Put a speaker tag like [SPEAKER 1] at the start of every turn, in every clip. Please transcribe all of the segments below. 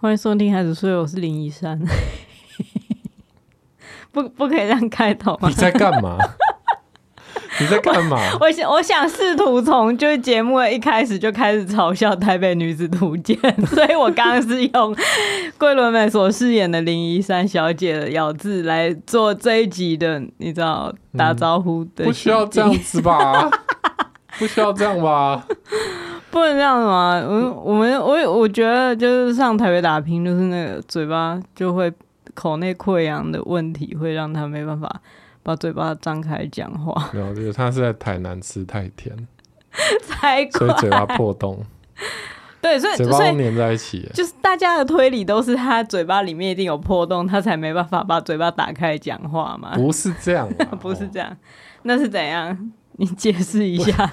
[SPEAKER 1] 欢迎收听《孩子睡》，我是林一山。 不，不可以这样开头吗
[SPEAKER 2] 你？在干嘛？你在干嘛？
[SPEAKER 1] 我想，我想试图从就是节目的一开始就开始嘲笑《台北女子图鉴》， 所以我刚刚是用桂纶镁所饰演的林一山小姐的咬字来做这一集的，你知道打招呼的、
[SPEAKER 2] 嗯不需要这样，子吧？不需要这 样吧？
[SPEAKER 1] 不能这样子吗？嗯，我们我我觉得就是上台北打拼，就是那个嘴巴就会口内溃疡的问题，会让他没办法把嘴巴张开讲话，
[SPEAKER 2] 没有，就是他是在台南吃太甜，
[SPEAKER 1] 才
[SPEAKER 2] 所以
[SPEAKER 1] 怪。
[SPEAKER 2] 嘴巴破洞，
[SPEAKER 1] 对，所以
[SPEAKER 2] 嘴巴
[SPEAKER 1] 所以
[SPEAKER 2] 都粘在一起耶。
[SPEAKER 1] 就是大家的推理都是他嘴巴里面一定有破洞，他才没办法把嘴巴打开讲话嘛？，
[SPEAKER 2] 不是这样啊啦
[SPEAKER 1] 不是这
[SPEAKER 2] 样，
[SPEAKER 1] 样，那是怎样？你解释一下。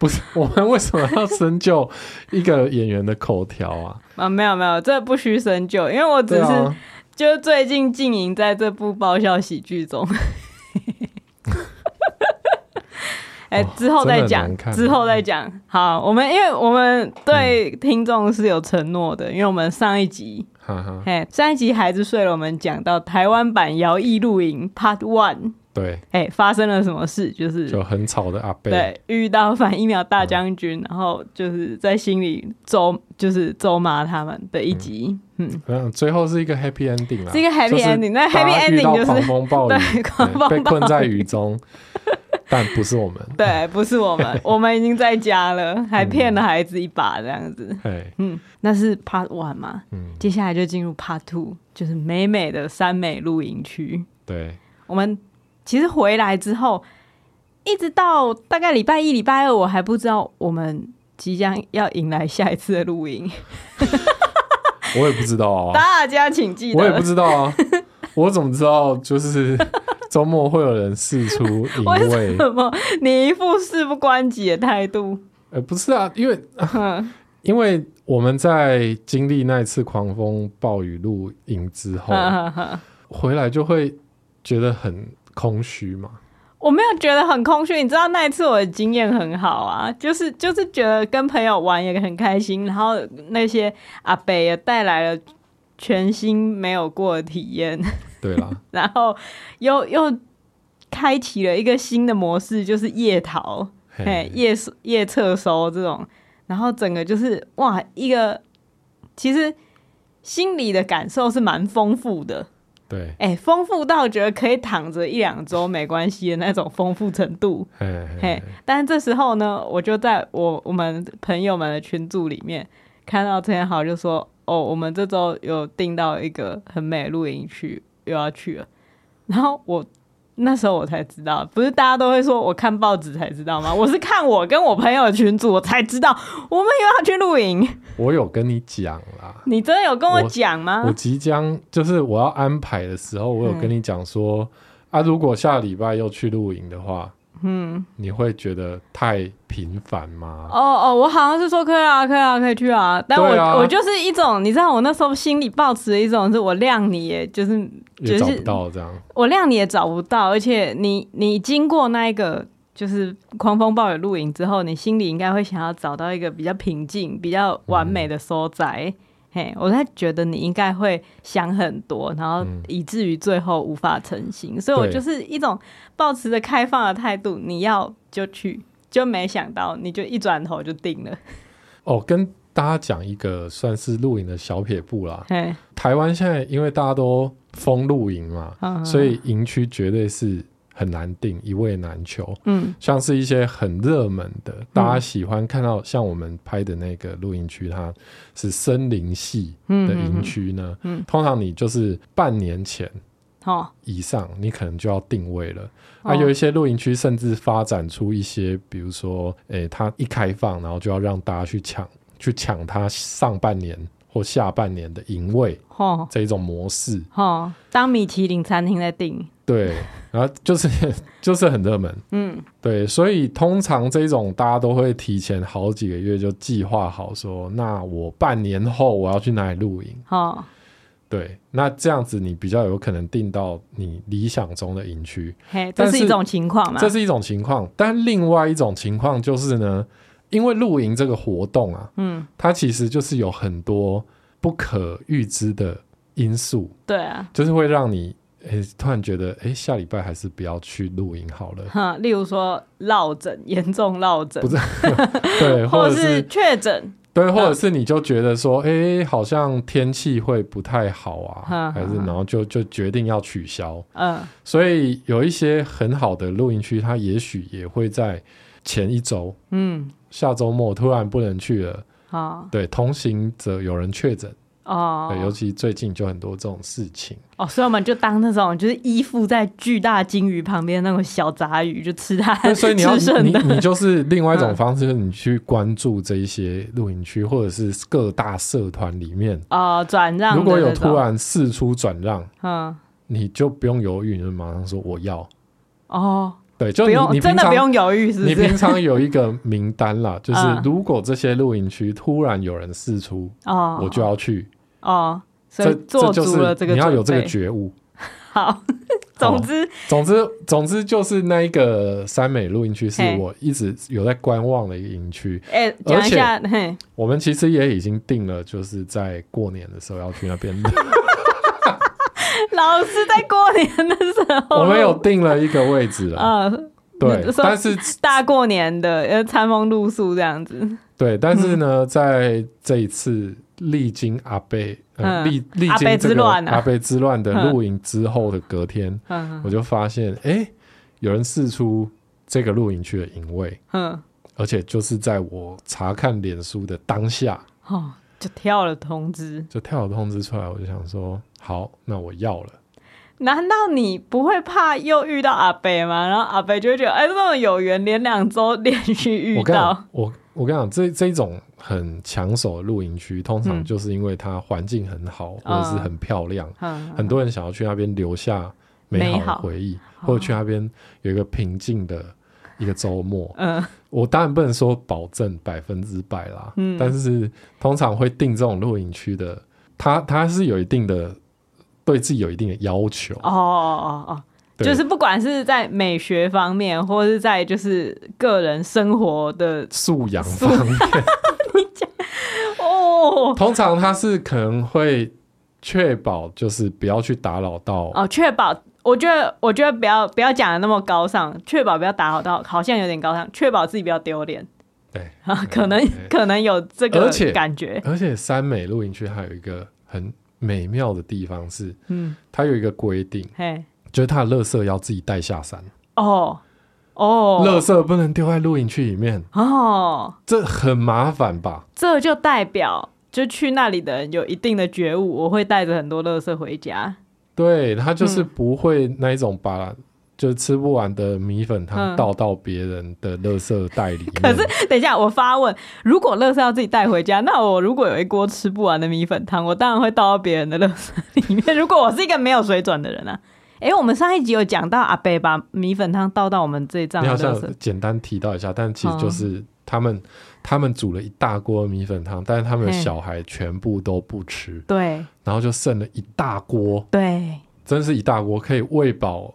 [SPEAKER 2] 不是我们为什么要深究一个演员的口条啊？
[SPEAKER 1] 啊，没有没有，这不需深究，因为我只
[SPEAKER 2] 对
[SPEAKER 1] 是、
[SPEAKER 2] 啊，
[SPEAKER 1] 就最近经营在这部爆笑喜剧 中。哎、
[SPEAKER 2] 哦
[SPEAKER 1] 之后再
[SPEAKER 2] 真的
[SPEAKER 1] 讲
[SPEAKER 2] 很难，看
[SPEAKER 1] 之后再讲。好，我们因为我们对听众是有承诺的，因为我们上一集
[SPEAKER 2] 哈哈，
[SPEAKER 1] 哎，上一集孩子睡了，我们讲到台湾版摇曳露营 Part One，
[SPEAKER 2] 对，
[SPEAKER 1] 哎，发生了什么事？就是
[SPEAKER 2] 就很吵的阿贝，
[SPEAKER 1] 对遇到反疫苗大将
[SPEAKER 2] 嗯
[SPEAKER 1] 军，然后就是在心里咒，就是咒骂他们的一集，嗯，
[SPEAKER 2] 嗯，最后是一个 happy ending 啦，
[SPEAKER 1] 是一个 happy
[SPEAKER 2] 嗯啊就是
[SPEAKER 1] ending 那 happy
[SPEAKER 2] 大家遇
[SPEAKER 1] ending
[SPEAKER 2] 到
[SPEAKER 1] 就是
[SPEAKER 2] 狂风暴雨，
[SPEAKER 1] 对狂风暴雨
[SPEAKER 2] 被困在雨中，但不是我们，
[SPEAKER 1] 对，不是我 们，我们已经在家了，还骗
[SPEAKER 2] 嗯
[SPEAKER 1] 了孩子一把这样子。
[SPEAKER 2] 哎，
[SPEAKER 1] 嗯，那是 Part One 嘛，
[SPEAKER 2] 嗯，
[SPEAKER 1] 接下来就进入 Part Two，就是美美的山美露营区。
[SPEAKER 2] 对，
[SPEAKER 1] 我们其实回来之后，一直到大概礼拜一、礼拜二，我还不知道我们即将要迎来下一次的露营。
[SPEAKER 2] 哦我也不知道啊，
[SPEAKER 1] 大家请记
[SPEAKER 2] 我也不
[SPEAKER 1] 得，
[SPEAKER 2] 知道 啊，我怎么知道就是 周末会有人试出淫
[SPEAKER 1] 为
[SPEAKER 2] 味？
[SPEAKER 1] 什么你一副事不关己的态度？
[SPEAKER 2] 呃，不是啊，因为
[SPEAKER 1] 哼
[SPEAKER 2] 因为我们在经历那一次狂风暴雨露营之后，
[SPEAKER 1] 哼哼哼
[SPEAKER 2] 回来就会觉得很空虚嘛，
[SPEAKER 1] 我没有觉得很空虚，你知道那一次我的经验很好啊，就是就是觉得跟朋友玩也很开心，然后那些阿北也带来了全新没有过的体验，
[SPEAKER 2] 对啦，
[SPEAKER 1] 然后又又开启了一个新的模式，就是夜逃，嘿
[SPEAKER 2] 嘿，
[SPEAKER 1] 夜搜夜测收这种，然后整个就是哇，一个其实心里的感受是蛮丰富的，
[SPEAKER 2] 对，
[SPEAKER 1] 哎、丰富到觉得可以躺着一两周没关系的那种丰富程度。
[SPEAKER 2] 嘿嘿
[SPEAKER 1] 嘿
[SPEAKER 2] 嘿，
[SPEAKER 1] 但是这时候呢，我就在我我们朋友们的群组里面看到陈好就说：“哦，我们这周有订到一个很美的露营区，又要去了。”然后我那时候我才知道，不是大家都会说我看报纸才知道吗？我是看我跟我朋友的群组，我才知道我们又要去露营。
[SPEAKER 2] 我有跟你讲啦，
[SPEAKER 1] 你真的有跟我
[SPEAKER 2] 我
[SPEAKER 1] 讲吗？
[SPEAKER 2] 我即将就是我要安排的时候，我有跟你讲说、
[SPEAKER 1] 嗯
[SPEAKER 2] 啊，如果下礼拜又去露营的话，嗯，你会觉得太频繁吗？
[SPEAKER 1] 哦哦，我好像是说可以啊，可以啊，可以去啊，但我、
[SPEAKER 2] 对啊
[SPEAKER 1] 我就是一种，你知道，我那时候心里抱持的一种是我晾你耶，就是就
[SPEAKER 2] 也找
[SPEAKER 1] 是
[SPEAKER 2] 不到这样，
[SPEAKER 1] 我晾你也找不到，而且你你经过那一个就是狂风暴雨露营之后，你心里应该会想要找到一个比较平静、比较完美的所在。
[SPEAKER 2] 嗯
[SPEAKER 1] 嘿，我在觉得你应该会想很多，然后
[SPEAKER 2] 嗯
[SPEAKER 1] 以至于最后无法成型，所以我
[SPEAKER 2] 对
[SPEAKER 1] 就是一种抱持着开放的态度，你要就去，就没想到你就一转头就定了。
[SPEAKER 2] 哦，跟大家讲一个算是露营的小撇步啦。
[SPEAKER 1] 嘿，
[SPEAKER 2] 台湾现在因为大家都封露营嘛，
[SPEAKER 1] 嗯
[SPEAKER 2] 所以营区绝对是很难定，一位难求。
[SPEAKER 1] 嗯
[SPEAKER 2] 像是一些很热门的，大家喜欢看到像我们拍的那个露营区，它是森林系的营区呢。
[SPEAKER 1] 嗯嗯嗯
[SPEAKER 2] 通常你就是半年前
[SPEAKER 1] 好，
[SPEAKER 2] 以上，你可能就要定位了。
[SPEAKER 1] 哦
[SPEAKER 2] 啊，有一些露营区甚至发展出一些，比如说，诶、它一开放，然后就要让大家去抢，去抢它上半年或下半年的营位
[SPEAKER 1] 吼
[SPEAKER 2] 这一种模式。
[SPEAKER 1] 吼，当米其林餐厅在定，
[SPEAKER 2] 对， 然后就是就是很热门，
[SPEAKER 1] 嗯
[SPEAKER 2] 对，所以通常这种大家都会提前好几个月就计划好说，那我半年后我要去哪里露营。
[SPEAKER 1] 吼。
[SPEAKER 2] 对，那这样子你比较有可能定到你理想中的营区，
[SPEAKER 1] 嘿，这
[SPEAKER 2] 但
[SPEAKER 1] 是
[SPEAKER 2] 是
[SPEAKER 1] 一种情况嘛？
[SPEAKER 2] 这是一种情况。但另外一种情况就是呢，因为露营这个活动啊，
[SPEAKER 1] 嗯，
[SPEAKER 2] 它其实就是有很多不可预知的因素，
[SPEAKER 1] 对啊，
[SPEAKER 2] 就是会让你诶、突然觉得诶、下礼拜还是不要去露营好 了，
[SPEAKER 1] 哈，例如说落枕，严重落枕
[SPEAKER 2] 不，对，
[SPEAKER 1] 或
[SPEAKER 2] 者
[SPEAKER 1] 是嗯确诊，
[SPEAKER 2] 对，或者是你就觉得说，诶，好像天气会不太好啊，
[SPEAKER 1] 嗯
[SPEAKER 2] 还是
[SPEAKER 1] 嗯嗯
[SPEAKER 2] 然后就就决定要取消，
[SPEAKER 1] 嗯
[SPEAKER 2] 所以有一些很好的露营区，它也许也会在前一周。
[SPEAKER 1] 嗯，
[SPEAKER 2] 下周末突然不能去了，
[SPEAKER 1] 好
[SPEAKER 2] 对，同行者有人确诊，对，尤
[SPEAKER 1] 哦
[SPEAKER 2] 其最近就很多这种事情。
[SPEAKER 1] 哦，所以我们就当那种就是依附在巨大鲸鱼旁边那种小杂鱼，就吃它
[SPEAKER 2] 对，所以你要
[SPEAKER 1] 吃剩
[SPEAKER 2] 你
[SPEAKER 1] 的，
[SPEAKER 2] 你就是另外一种
[SPEAKER 1] 嗯
[SPEAKER 2] 方式，就是你去关注这一些露营区或者是各大社团里面，
[SPEAKER 1] 哦，转让的
[SPEAKER 2] 如果有
[SPEAKER 1] 那种
[SPEAKER 2] 突，然事出转让，
[SPEAKER 1] 嗯，
[SPEAKER 2] 你就不用犹豫，你就马上说我要。
[SPEAKER 1] 哦，
[SPEAKER 2] 对，就
[SPEAKER 1] 不
[SPEAKER 2] 你
[SPEAKER 1] 用
[SPEAKER 2] 你
[SPEAKER 1] 真
[SPEAKER 2] 平
[SPEAKER 1] 的不
[SPEAKER 2] 常
[SPEAKER 1] 用犹豫，是不
[SPEAKER 2] 你平
[SPEAKER 1] 是？
[SPEAKER 2] 常有一个名单啦，就是
[SPEAKER 1] 嗯
[SPEAKER 2] 如果这些露营区突然有人事出，
[SPEAKER 1] 哦，
[SPEAKER 2] 我就要去。
[SPEAKER 1] 哦，所
[SPEAKER 2] 这
[SPEAKER 1] 以做
[SPEAKER 2] 这就
[SPEAKER 1] 足了
[SPEAKER 2] 是
[SPEAKER 1] 这个，
[SPEAKER 2] 你要有这个。觉悟。
[SPEAKER 1] 好，总之，
[SPEAKER 2] 总之，总之就是那一个三美露营区是
[SPEAKER 1] 嘿
[SPEAKER 2] 我一直有在观望的一个营区。
[SPEAKER 1] 哎，
[SPEAKER 2] 而
[SPEAKER 1] 讲一
[SPEAKER 2] 且
[SPEAKER 1] 下，嘿，
[SPEAKER 2] 我们其实也已经定了，就是在过年的时候要去那 边。
[SPEAKER 1] 老师在过年的时候，
[SPEAKER 2] 我们有定了一个位置了，
[SPEAKER 1] 呃
[SPEAKER 2] 对
[SPEAKER 1] 哦你，说
[SPEAKER 2] 但是
[SPEAKER 1] 大过年的呃餐风露宿这样子，
[SPEAKER 2] 对，但是
[SPEAKER 1] 嗯
[SPEAKER 2] 呢，在这一次历经阿贝呃
[SPEAKER 1] 嗯
[SPEAKER 2] 历历
[SPEAKER 1] 阿贝
[SPEAKER 2] 经
[SPEAKER 1] 之
[SPEAKER 2] 这个
[SPEAKER 1] 乱啊
[SPEAKER 2] 阿贝之乱的露营之后的隔天，
[SPEAKER 1] 嗯
[SPEAKER 2] 我就发现，哎，有人试出这个露营区的营位，
[SPEAKER 1] 嗯，
[SPEAKER 2] 而且就是在我查看脸书的当下。
[SPEAKER 1] 哦，就跳了通知。
[SPEAKER 2] 就跳了通知出来，我就想说，好，那我要了。
[SPEAKER 1] 难道你不会怕又遇到阿北吗？然后阿北就会觉得，哎，这么有缘，连两周连续遇
[SPEAKER 2] 我跟你
[SPEAKER 1] 到
[SPEAKER 2] 讲，，我我跟你讲，这这种很抢手的露营区，通常
[SPEAKER 1] 嗯
[SPEAKER 2] 就是因为它环境很好，或者是很漂亮，
[SPEAKER 1] 嗯，
[SPEAKER 2] 很多人想要去那边留下美
[SPEAKER 1] 美
[SPEAKER 2] 好
[SPEAKER 1] 好哦
[SPEAKER 2] 的回忆，或者去那边有一个平静的一个周末。
[SPEAKER 1] 嗯，
[SPEAKER 2] 我当然不能说保证百分之百啦，
[SPEAKER 1] 嗯
[SPEAKER 2] 但是通常会定这种露营区的，它它是有一定的对自己有一定的要求
[SPEAKER 1] 哦哦哦哦，
[SPEAKER 2] 对
[SPEAKER 1] 就是不管是在美学方面，或是在就是个人生活的，
[SPEAKER 2] 素养方面。
[SPEAKER 1] 哦
[SPEAKER 2] 通常他是可能会确保，就是不要去打扰到，
[SPEAKER 1] 哦，确保。我觉得，我觉得不要不要讲的那么高尚，确保不要打扰到，好像有点高尚，确保自己不要丢脸
[SPEAKER 2] 对。
[SPEAKER 1] 啊， 可能
[SPEAKER 2] 对
[SPEAKER 1] 可能有这
[SPEAKER 2] 而
[SPEAKER 1] 个
[SPEAKER 2] 且
[SPEAKER 1] 感觉，
[SPEAKER 2] 而且三美露营区还有一个很美妙的地方是，
[SPEAKER 1] 嗯，
[SPEAKER 2] 它有一个规定，
[SPEAKER 1] 嘿，
[SPEAKER 2] 就是它的垃圾要自己带下山，
[SPEAKER 1] 哦哦，
[SPEAKER 2] 垃圾不能丢在露营区里面，
[SPEAKER 1] 哦，
[SPEAKER 2] 这很麻烦吧？
[SPEAKER 1] 这就代表就去那里的人有一定的觉悟，我会带着很多垃圾回家。
[SPEAKER 2] 对，他就是
[SPEAKER 1] 嗯
[SPEAKER 2] 不会那一种把。就是吃不完的米粉汤
[SPEAKER 1] 嗯
[SPEAKER 2] 倒到别人的垃圾袋里面，
[SPEAKER 1] 可是等一下，我发问：如果垃圾要自己带回家，那我如果有一锅吃不完的米粉汤，我当然会倒到别人的垃圾里面。如果我是一个没有水准的人啊，诶，我们上一集有讲到阿贝把米粉汤倒到我们这一张
[SPEAKER 2] 你
[SPEAKER 1] 的垃
[SPEAKER 2] 好像
[SPEAKER 1] 圾，嗯
[SPEAKER 2] 简单提到一下，但其实就是他们、他们煮了一大锅米粉汤，但是他们的
[SPEAKER 1] 嘿
[SPEAKER 2] 小孩全部都不吃，
[SPEAKER 1] 对
[SPEAKER 2] 然后就剩了一大锅，
[SPEAKER 1] 对，
[SPEAKER 2] 真是一大锅，可以喂饱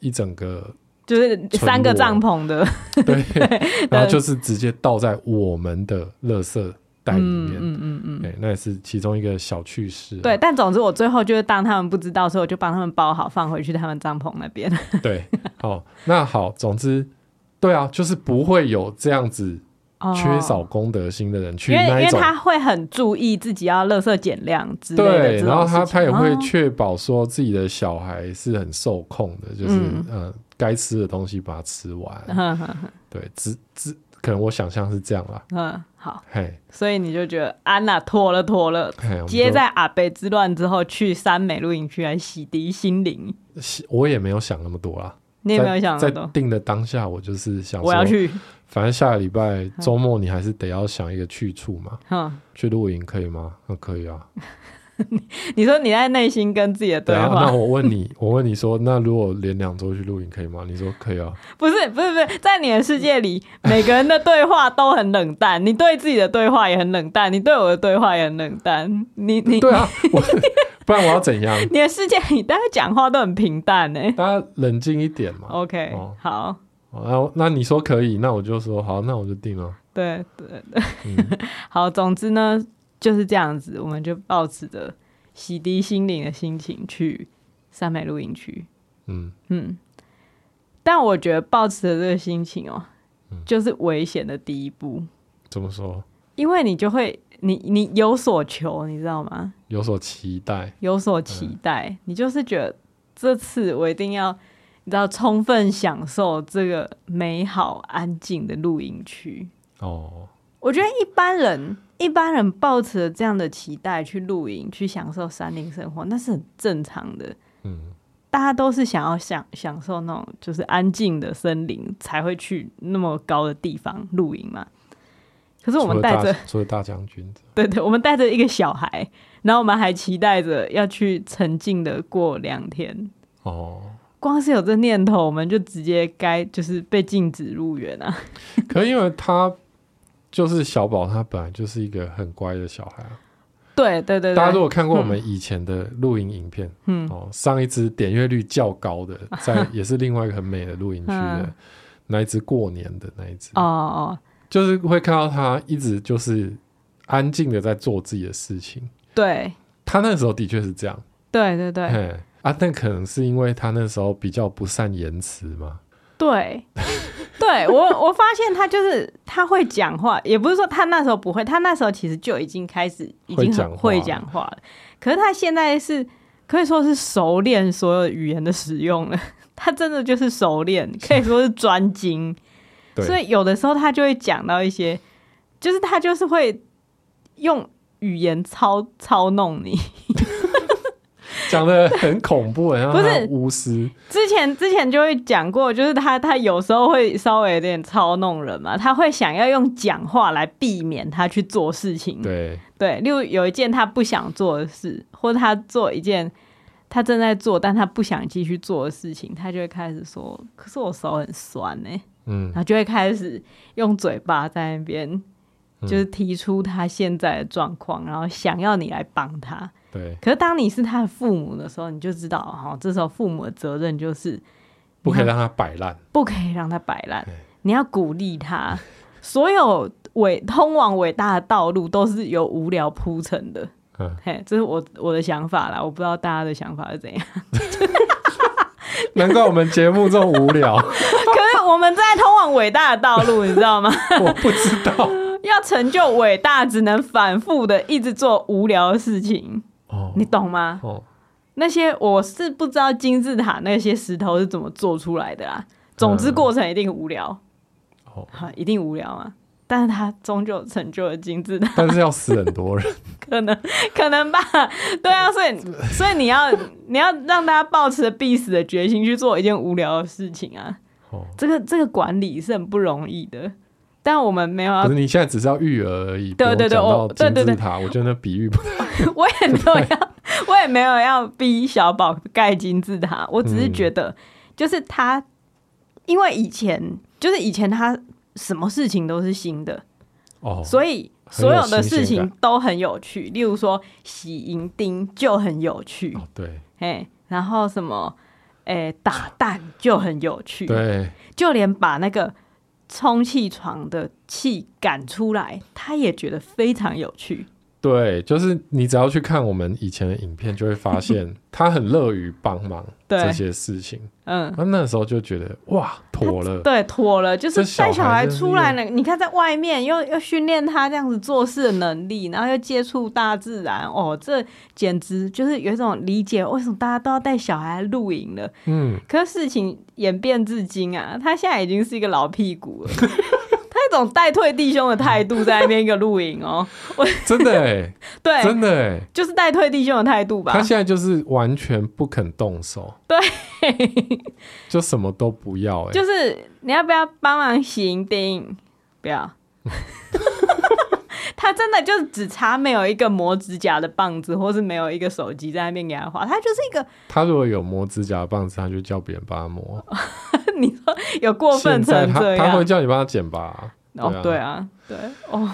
[SPEAKER 2] 一整 个
[SPEAKER 1] 就是三个帐篷的，
[SPEAKER 2] 对，然后就是直接倒在我们的垃圾袋里
[SPEAKER 1] 嗯
[SPEAKER 2] 面。
[SPEAKER 1] 嗯嗯嗯，
[SPEAKER 2] 对，那也是其中一个小趣事啊、
[SPEAKER 1] 对。但总之，我最后就是当他们不知道的时候，我就帮他们包好放回去他们帐篷那边。
[SPEAKER 2] 对，好、那好，总之，对啊，就是不会有这样子
[SPEAKER 1] 哦
[SPEAKER 2] 缺少公德心的人去
[SPEAKER 1] 因为因
[SPEAKER 2] 那一
[SPEAKER 1] 为
[SPEAKER 2] 种
[SPEAKER 1] 他会很注意自己要垃圾减量之类的
[SPEAKER 2] 对，
[SPEAKER 1] 这种事情，
[SPEAKER 2] 然后他他也会
[SPEAKER 1] 哦
[SPEAKER 2] 确保说自己的小孩是很受控的，就是、
[SPEAKER 1] 嗯
[SPEAKER 2] 呃该吃的东西把它吃完。
[SPEAKER 1] 嗯哼哼
[SPEAKER 2] 对，只只可能我想象是这样啦。
[SPEAKER 1] 嗯，好，
[SPEAKER 2] 嘿，
[SPEAKER 1] 所以你就觉得安娜妥了妥了，
[SPEAKER 2] 嘿，我们
[SPEAKER 1] 接
[SPEAKER 2] 就
[SPEAKER 1] 在阿北之乱之后去三美露营区来洗涤心灵，
[SPEAKER 2] 我也没有想那么多啦。
[SPEAKER 1] 你有没有想
[SPEAKER 2] 在
[SPEAKER 1] 到
[SPEAKER 2] 在
[SPEAKER 1] 多？
[SPEAKER 2] 定的当下，我就是想
[SPEAKER 1] 我要
[SPEAKER 2] 说，
[SPEAKER 1] 去，
[SPEAKER 2] 反正下个礼拜周末你还是得要想一个去处嘛。
[SPEAKER 1] 哼，
[SPEAKER 2] 去露营可以吗？那、可以啊。
[SPEAKER 1] 你说你在内心跟自己的对
[SPEAKER 2] 啊，
[SPEAKER 1] 话，
[SPEAKER 2] 那我问你， 我问你说，那如果连两周去露营可以吗？你说可以啊。
[SPEAKER 1] 不是不是不是，在你的世界 里，每个人的对话都很冷淡，你对自己的对话也很冷淡，你对我的对话也很冷淡，你你
[SPEAKER 2] 对啊，我 不然我要怎样？
[SPEAKER 1] 你的世界里大家讲话都很平淡呢、
[SPEAKER 2] 大家冷静一点嘛。
[SPEAKER 1] OK，、
[SPEAKER 2] 哦
[SPEAKER 1] 好，
[SPEAKER 2] 哦，那那你说可以，那我就说好，那我就定了。
[SPEAKER 1] 对对对，
[SPEAKER 2] 嗯
[SPEAKER 1] 好，总之呢，就是这样子，我们就抱持着洗涤心灵的心情去三美露营区。
[SPEAKER 2] 嗯
[SPEAKER 1] 嗯，但我觉得抱持着这个心情哦、
[SPEAKER 2] 嗯
[SPEAKER 1] 就是危险的第一步，
[SPEAKER 2] 怎么说？
[SPEAKER 1] 因为你就会你你有所求，你知道吗？
[SPEAKER 2] 有所期待，
[SPEAKER 1] 有所期待，
[SPEAKER 2] 嗯
[SPEAKER 1] 你就是觉得这次我一定要，你知道，充分享受这个美好安静的露营区。
[SPEAKER 2] 哦，
[SPEAKER 1] 我觉得一般人，一般人抱持着这样的期待去露营，去享受山林生活，那是很正常的。
[SPEAKER 2] 嗯，
[SPEAKER 1] 大家都是想要享享受那种就是安静的森林，才会去那么高的地方露营嘛。可是我
[SPEAKER 2] 除
[SPEAKER 1] 们
[SPEAKER 2] 了
[SPEAKER 1] 带着
[SPEAKER 2] 大除了大将军之外，
[SPEAKER 1] 对对，我们带着一个小孩，然后我们还期待着要去沉静的过两天。
[SPEAKER 2] 哦，
[SPEAKER 1] 光是有这念头，我们就直接该就是被禁止入园啊！
[SPEAKER 2] 可是因为他就是小宝，他本来就是一个很乖的小孩啊。
[SPEAKER 1] 对对对
[SPEAKER 2] 大家如
[SPEAKER 1] 对，
[SPEAKER 2] 果看过我们以前的录影影片，
[SPEAKER 1] 嗯
[SPEAKER 2] 哦，上一支点阅率较 高的，在也是另外一个很美的露营区的
[SPEAKER 1] 嗯
[SPEAKER 2] 那一只过年的那一只，
[SPEAKER 1] 哦哦，
[SPEAKER 2] 就是会看到他一直就是安静的在做自己的事情。
[SPEAKER 1] 对
[SPEAKER 2] 他那时候的确是这样，
[SPEAKER 1] 对对对
[SPEAKER 2] 嘿啊，但可能是因为他那时候比较不善言辞嘛，
[SPEAKER 1] 对对，我我发现他就是他会讲话，也不是说他那时候不会，他那时候其实就已经开始已
[SPEAKER 2] 会
[SPEAKER 1] 经
[SPEAKER 2] 讲
[SPEAKER 1] 很
[SPEAKER 2] 话
[SPEAKER 1] 会讲话了，可是他现在是可以说是熟练所有语言的使用了， 他真的就是熟练，可以说是专精。
[SPEAKER 2] 对，
[SPEAKER 1] 所以有的时候他就会讲到一些，就是他就是会用语言操操弄你。
[SPEAKER 2] 讲的很恐怖，很像
[SPEAKER 1] 不是
[SPEAKER 2] 他巫师，
[SPEAKER 1] 之前之前就会讲过，就是他他有时候会稍微有点操弄人嘛，他会想要用讲话来避免他去做事情。
[SPEAKER 2] 对，
[SPEAKER 1] 对，例如有一件他不想做的事，或者他做一件他正在做但他不想继续做的事情，他就会开始说：“可是我手很酸欸呢、
[SPEAKER 2] 嗯
[SPEAKER 1] 然，后就会开始用嘴巴在那边，就是提出他现在的状况，然后想要你来帮他。
[SPEAKER 2] 对，
[SPEAKER 1] 可是当你是他的父母的时候，你就知道，哦，这时候父母的责任就是
[SPEAKER 2] 不
[SPEAKER 1] 嗯
[SPEAKER 2] 可以让他摆烂，
[SPEAKER 1] 不可以让他摆烂
[SPEAKER 2] 对，
[SPEAKER 1] 你要鼓励他。所有伟通往伟大的道路都是由无聊铺成的。
[SPEAKER 2] 嗯，
[SPEAKER 1] 嘿，这是我我的想法啦，我不知道大家的想法是怎样。
[SPEAKER 2] 难怪我们节目这么无 聊，
[SPEAKER 1] 可是我们在通往伟大的道路，你知道吗？
[SPEAKER 2] 我不知 道，
[SPEAKER 1] 要成就伟大，只能反复的一直做无聊的事情，
[SPEAKER 2] 哦
[SPEAKER 1] 你懂吗？
[SPEAKER 2] 哦，
[SPEAKER 1] 那些我是不知道金字塔那些石头是怎么做出来的啦。总之，过程一定无聊，
[SPEAKER 2] 哦，
[SPEAKER 1] 哈、一定无聊嘛。但是它终究成就了金字塔，
[SPEAKER 2] 但是要死很多人，
[SPEAKER 1] 可能 可能吧，对啊，所以所以你要 你要让大家抱持着必死的决心去做一件无聊的事情啊，
[SPEAKER 2] 哦，
[SPEAKER 1] 这个这个管理是很不容易的，但我们没有要
[SPEAKER 2] 可是你现在只是要育儿而已，
[SPEAKER 1] 对
[SPEAKER 2] 不用
[SPEAKER 1] 对对
[SPEAKER 2] 讲
[SPEAKER 1] 我
[SPEAKER 2] 到
[SPEAKER 1] 对
[SPEAKER 2] 金
[SPEAKER 1] 对
[SPEAKER 2] 字
[SPEAKER 1] 对
[SPEAKER 2] 塔，我觉得那比喻不
[SPEAKER 1] 我也没有要，我也没有要逼小宝盖金字塔，我只是觉
[SPEAKER 2] 嗯
[SPEAKER 1] 得，就是他，因为以前就是以前他什么事情都是新的，
[SPEAKER 2] 哦，
[SPEAKER 1] 所以
[SPEAKER 2] 很有
[SPEAKER 1] 所有的事
[SPEAKER 2] 新鲜
[SPEAKER 1] 情
[SPEAKER 2] 感
[SPEAKER 1] 都很有趣。例如说洗银钉就很有趣，
[SPEAKER 2] 哦，对
[SPEAKER 1] 哎，然后什么，哎，打蛋就很有趣，
[SPEAKER 2] 对，
[SPEAKER 1] 就连把那个。充气床的气赶出来，他也觉得非常有趣。
[SPEAKER 2] 对，就是你只要去看我们以前的影片，就会发 现他很乐于帮忙
[SPEAKER 1] 对
[SPEAKER 2] 这些事情。
[SPEAKER 1] 嗯，
[SPEAKER 2] 他那时候就觉得哇，妥了，
[SPEAKER 1] 对，妥了，就是
[SPEAKER 2] 这小
[SPEAKER 1] 带小
[SPEAKER 2] 孩
[SPEAKER 1] 孩
[SPEAKER 2] 真是
[SPEAKER 1] 出来了。你看，在外面又又训练他这样子做事的能力，然后又接触大自然，哦，这简直就是有一种理解为什么大家都要带小孩露营了。
[SPEAKER 2] 嗯，
[SPEAKER 1] 可是事情演变至今啊，他现在已经是一个老屁 股了，他一种代退弟兄的态度在那边一个露营哦，
[SPEAKER 2] 真的哎、
[SPEAKER 1] 对，
[SPEAKER 2] 真的哎、
[SPEAKER 1] 就是代退弟兄的态度
[SPEAKER 2] 他
[SPEAKER 1] 吧。
[SPEAKER 2] 现在就是完全不肯动手，
[SPEAKER 1] 对，
[SPEAKER 2] 就什么都不要哎、
[SPEAKER 1] 就是你要不要帮忙行钉？不 要。他真的就是只差没有一个磨指甲的棒子，或是没有一个手机在那边给他画。他就是一个
[SPEAKER 2] 他如果有磨指甲的棒子，他就叫别人帮他磨。
[SPEAKER 1] 你说有过哦分
[SPEAKER 2] 现在
[SPEAKER 1] 成
[SPEAKER 2] 他
[SPEAKER 1] 这
[SPEAKER 2] 他
[SPEAKER 1] 样
[SPEAKER 2] 会叫你帮他剪吧？
[SPEAKER 1] 哦，对啊，对哦，嗯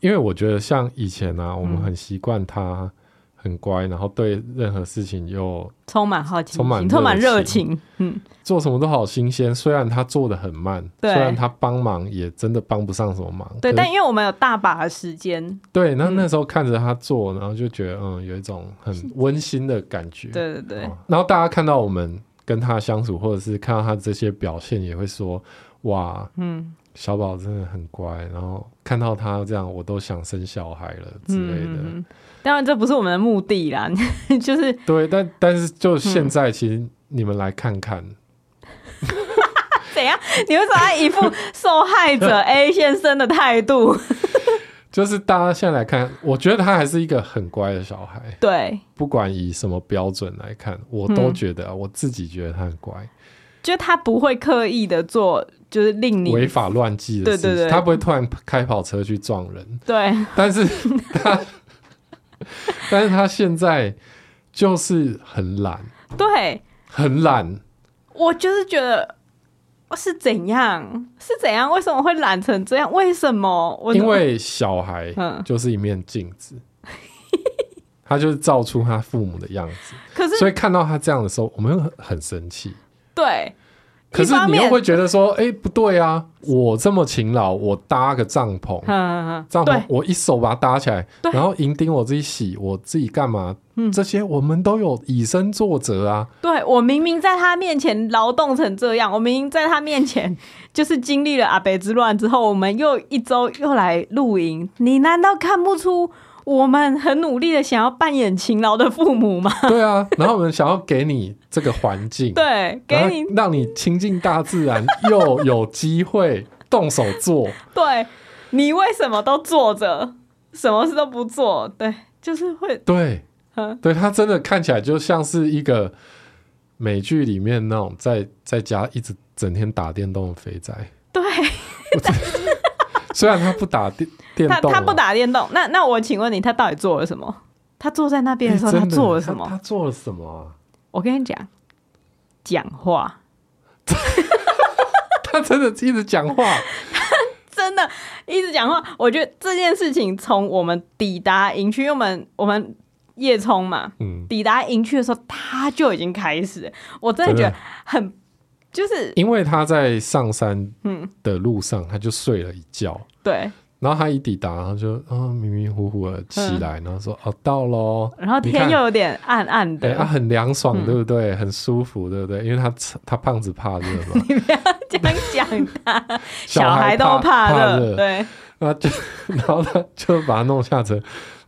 [SPEAKER 2] 因为我觉得像以前啊，我们很习惯他很乖，然后对任何事情又
[SPEAKER 1] 充满好奇心，
[SPEAKER 2] 充满热
[SPEAKER 1] 充满热
[SPEAKER 2] 情
[SPEAKER 1] 情，嗯，
[SPEAKER 2] 做什么都好新鲜。虽然他做的很慢，
[SPEAKER 1] 对
[SPEAKER 2] 虽然他帮忙也真的帮不上什么忙，
[SPEAKER 1] 对。
[SPEAKER 2] 可是
[SPEAKER 1] 但因为我们有大把的时间，
[SPEAKER 2] 对，那
[SPEAKER 1] 嗯
[SPEAKER 2] 那时候看着他做，然后就觉得嗯，有一种很温馨的感觉。
[SPEAKER 1] 对对对
[SPEAKER 2] 哦，然后大家看到我们跟他相处，或者是看到他这些表现，也会说哇，
[SPEAKER 1] 嗯
[SPEAKER 2] 小宝真的很乖。然后看到他这样，我都想生小孩了之
[SPEAKER 1] 嗯
[SPEAKER 2] 类的。
[SPEAKER 1] 嗯，嗯当然这不是我们的目的啦， 就是
[SPEAKER 2] 对，但但是就
[SPEAKER 1] 嗯
[SPEAKER 2] 现在，其实你们来看看，
[SPEAKER 1] 怎样？你为什么要一副受害 者 A 先生的态度？
[SPEAKER 2] 就是大家现在来看，我觉得他还是一个很乖的小孩。
[SPEAKER 1] 对，
[SPEAKER 2] 不管以什么标准来看，我
[SPEAKER 1] 嗯
[SPEAKER 2] 都觉得、我自己觉得他很乖，
[SPEAKER 1] 就他不会刻意的做，就是令你
[SPEAKER 2] 违法乱纪的
[SPEAKER 1] 对
[SPEAKER 2] 事情，
[SPEAKER 1] 对对
[SPEAKER 2] 他不会突然开跑车去撞人，
[SPEAKER 1] 对
[SPEAKER 2] 但是他，但是他现在就是很懒，
[SPEAKER 1] 对，
[SPEAKER 2] 很懒，
[SPEAKER 1] 我就是觉得。是怎样？是怎样？为什么会懒成这样？为什么？我
[SPEAKER 2] 因为小孩
[SPEAKER 1] 嗯
[SPEAKER 2] 就是一面镜子，他就是照出他父母的样子，
[SPEAKER 1] 可是
[SPEAKER 2] 所以看到他这样的时候，我们很很生气。
[SPEAKER 1] 对，
[SPEAKER 2] 可是
[SPEAKER 1] 一方
[SPEAKER 2] 你又
[SPEAKER 1] 面
[SPEAKER 2] 会觉得说，哎、不对啊！我这么勤劳，我搭个帐篷，
[SPEAKER 1] 嗯，
[SPEAKER 2] 帐篷
[SPEAKER 1] 对，
[SPEAKER 2] 我一手把它搭起来，
[SPEAKER 1] 对
[SPEAKER 2] 然后银钉我自己洗，我自己干嘛？
[SPEAKER 1] 嗯
[SPEAKER 2] 这些我们都有以身作则啊。
[SPEAKER 1] 对我明明在他面前劳动成这样，我明明在他面前就是经历了阿北之乱之后，我们又一周又来露营，你难道看不出我们很努力的想要扮演勤劳的父母吗？
[SPEAKER 2] 对啊，然后我们想要给你这个环 境，
[SPEAKER 1] 对，给
[SPEAKER 2] 然后
[SPEAKER 1] 你
[SPEAKER 2] 让你亲近大自然，又有机会动手做。
[SPEAKER 1] 对，你为什么都坐着，什么事都不做？ 对，就是会，
[SPEAKER 2] 对，
[SPEAKER 1] 嗯，
[SPEAKER 2] 对他真的看起来就像是一个美剧里面那种在在家一直整天打电动的肥宅。
[SPEAKER 1] 对
[SPEAKER 2] 我真的，虽然他不打电电
[SPEAKER 1] 他
[SPEAKER 2] 动啊，
[SPEAKER 1] 他不打电动，那那我请问你，他到底做了什么？他坐在那边的时候，
[SPEAKER 2] 哎真
[SPEAKER 1] 他
[SPEAKER 2] 的
[SPEAKER 1] 做了什
[SPEAKER 2] 他
[SPEAKER 1] 么
[SPEAKER 2] 他？做了什么啊？
[SPEAKER 1] 我跟你讲，讲话。
[SPEAKER 2] 他真的一直讲话，
[SPEAKER 1] 真的一直讲话。我觉得这件事情从我们抵达营区，因为我们我们夜冲嘛，
[SPEAKER 2] 嗯，
[SPEAKER 1] 抵达营区的时候他就已经开始了，我真的觉
[SPEAKER 2] 真的
[SPEAKER 1] 得很就是
[SPEAKER 2] 因为他在上山
[SPEAKER 1] 嗯
[SPEAKER 2] 的路上他就睡了一觉，
[SPEAKER 1] 对，
[SPEAKER 2] 然后他一抵达，然后就啊、迷迷糊糊的起来，然后说哦到喽，
[SPEAKER 1] 然后
[SPEAKER 2] 你
[SPEAKER 1] 天
[SPEAKER 2] 看
[SPEAKER 1] 又有嗯点暗暗
[SPEAKER 2] 哎、啊
[SPEAKER 1] 的，
[SPEAKER 2] 很凉爽、对不对？很舒服对不对？因为他他胖子怕热 嘛，
[SPEAKER 1] 这样讲他
[SPEAKER 2] 小
[SPEAKER 1] 小
[SPEAKER 2] 孩
[SPEAKER 1] 孩都
[SPEAKER 2] 怕怕
[SPEAKER 1] 热，
[SPEAKER 2] 热
[SPEAKER 1] 对
[SPEAKER 2] 然后就 然后他就把他弄下车，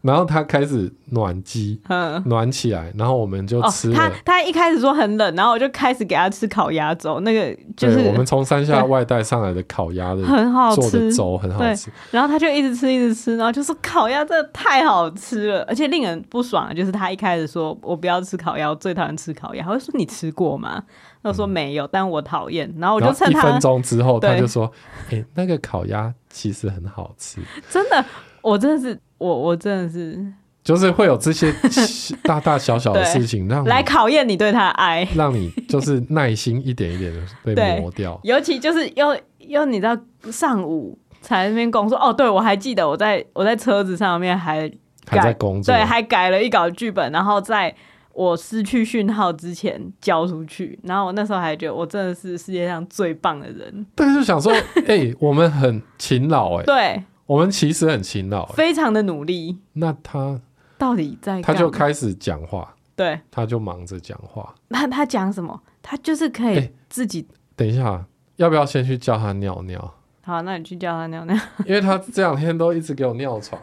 [SPEAKER 2] 然后他开始暖机。
[SPEAKER 1] 嗯。
[SPEAKER 2] 暖起来，然后我们就
[SPEAKER 1] 哦
[SPEAKER 2] 吃，了。
[SPEAKER 1] 他他一开始说很冷，然后我就开始给他吃烤鸭粥，那个就
[SPEAKER 2] 对，
[SPEAKER 1] 是
[SPEAKER 2] 我们从山下外带上来的烤鸭的
[SPEAKER 1] 很好
[SPEAKER 2] 做的
[SPEAKER 1] 吃，
[SPEAKER 2] 粥很好
[SPEAKER 1] 对
[SPEAKER 2] 吃，
[SPEAKER 1] 然后他就一直吃，一直吃，然后就说烤鸭真的太好吃了，而且令人不爽的就是他一开始说我不要吃烤鸭，我最讨厌吃烤鸭，他会说你吃过吗？他说没有，但我讨厌。然后我
[SPEAKER 2] 然
[SPEAKER 1] 就
[SPEAKER 2] 后
[SPEAKER 1] 趁
[SPEAKER 2] 一
[SPEAKER 1] 他
[SPEAKER 2] 分钟之后，他
[SPEAKER 1] 对
[SPEAKER 2] 就说：“哎、那个烤鸭其实很好吃。
[SPEAKER 1] 真的，我真的是我我真的 是”
[SPEAKER 2] 就是会有这 些小大大小小的
[SPEAKER 1] 对
[SPEAKER 2] 事情，让你
[SPEAKER 1] 来考验你对他的爱，
[SPEAKER 2] 让你就是耐心一点一点的被
[SPEAKER 1] 对
[SPEAKER 2] 磨掉。
[SPEAKER 1] 尤其就是又又你知道上午才在那边跟我说哦，对我还记得我在我在车子上面还
[SPEAKER 2] 还在工作，
[SPEAKER 1] 对，还改了一稿剧本，然后在我失去讯号之前交出去。然后我那时候还觉得我真的是世界上最棒的人，
[SPEAKER 2] 但 是想说，哎、我们很勤劳、哎，
[SPEAKER 1] 对，
[SPEAKER 2] 我们其实很勤劳、哎
[SPEAKER 1] 非常的努力。
[SPEAKER 2] 那他
[SPEAKER 1] 到底在
[SPEAKER 2] 他
[SPEAKER 1] 干
[SPEAKER 2] 就
[SPEAKER 1] 嘛
[SPEAKER 2] 开始讲话，
[SPEAKER 1] 对，
[SPEAKER 2] 他就忙着讲话。
[SPEAKER 1] 那他讲什么？他就是可以
[SPEAKER 2] 哎
[SPEAKER 1] 自己。
[SPEAKER 2] 等一下，要不要先去叫他尿尿？
[SPEAKER 1] 好，那你去叫他尿 尿。
[SPEAKER 2] 因为他这两天都一直给我尿床。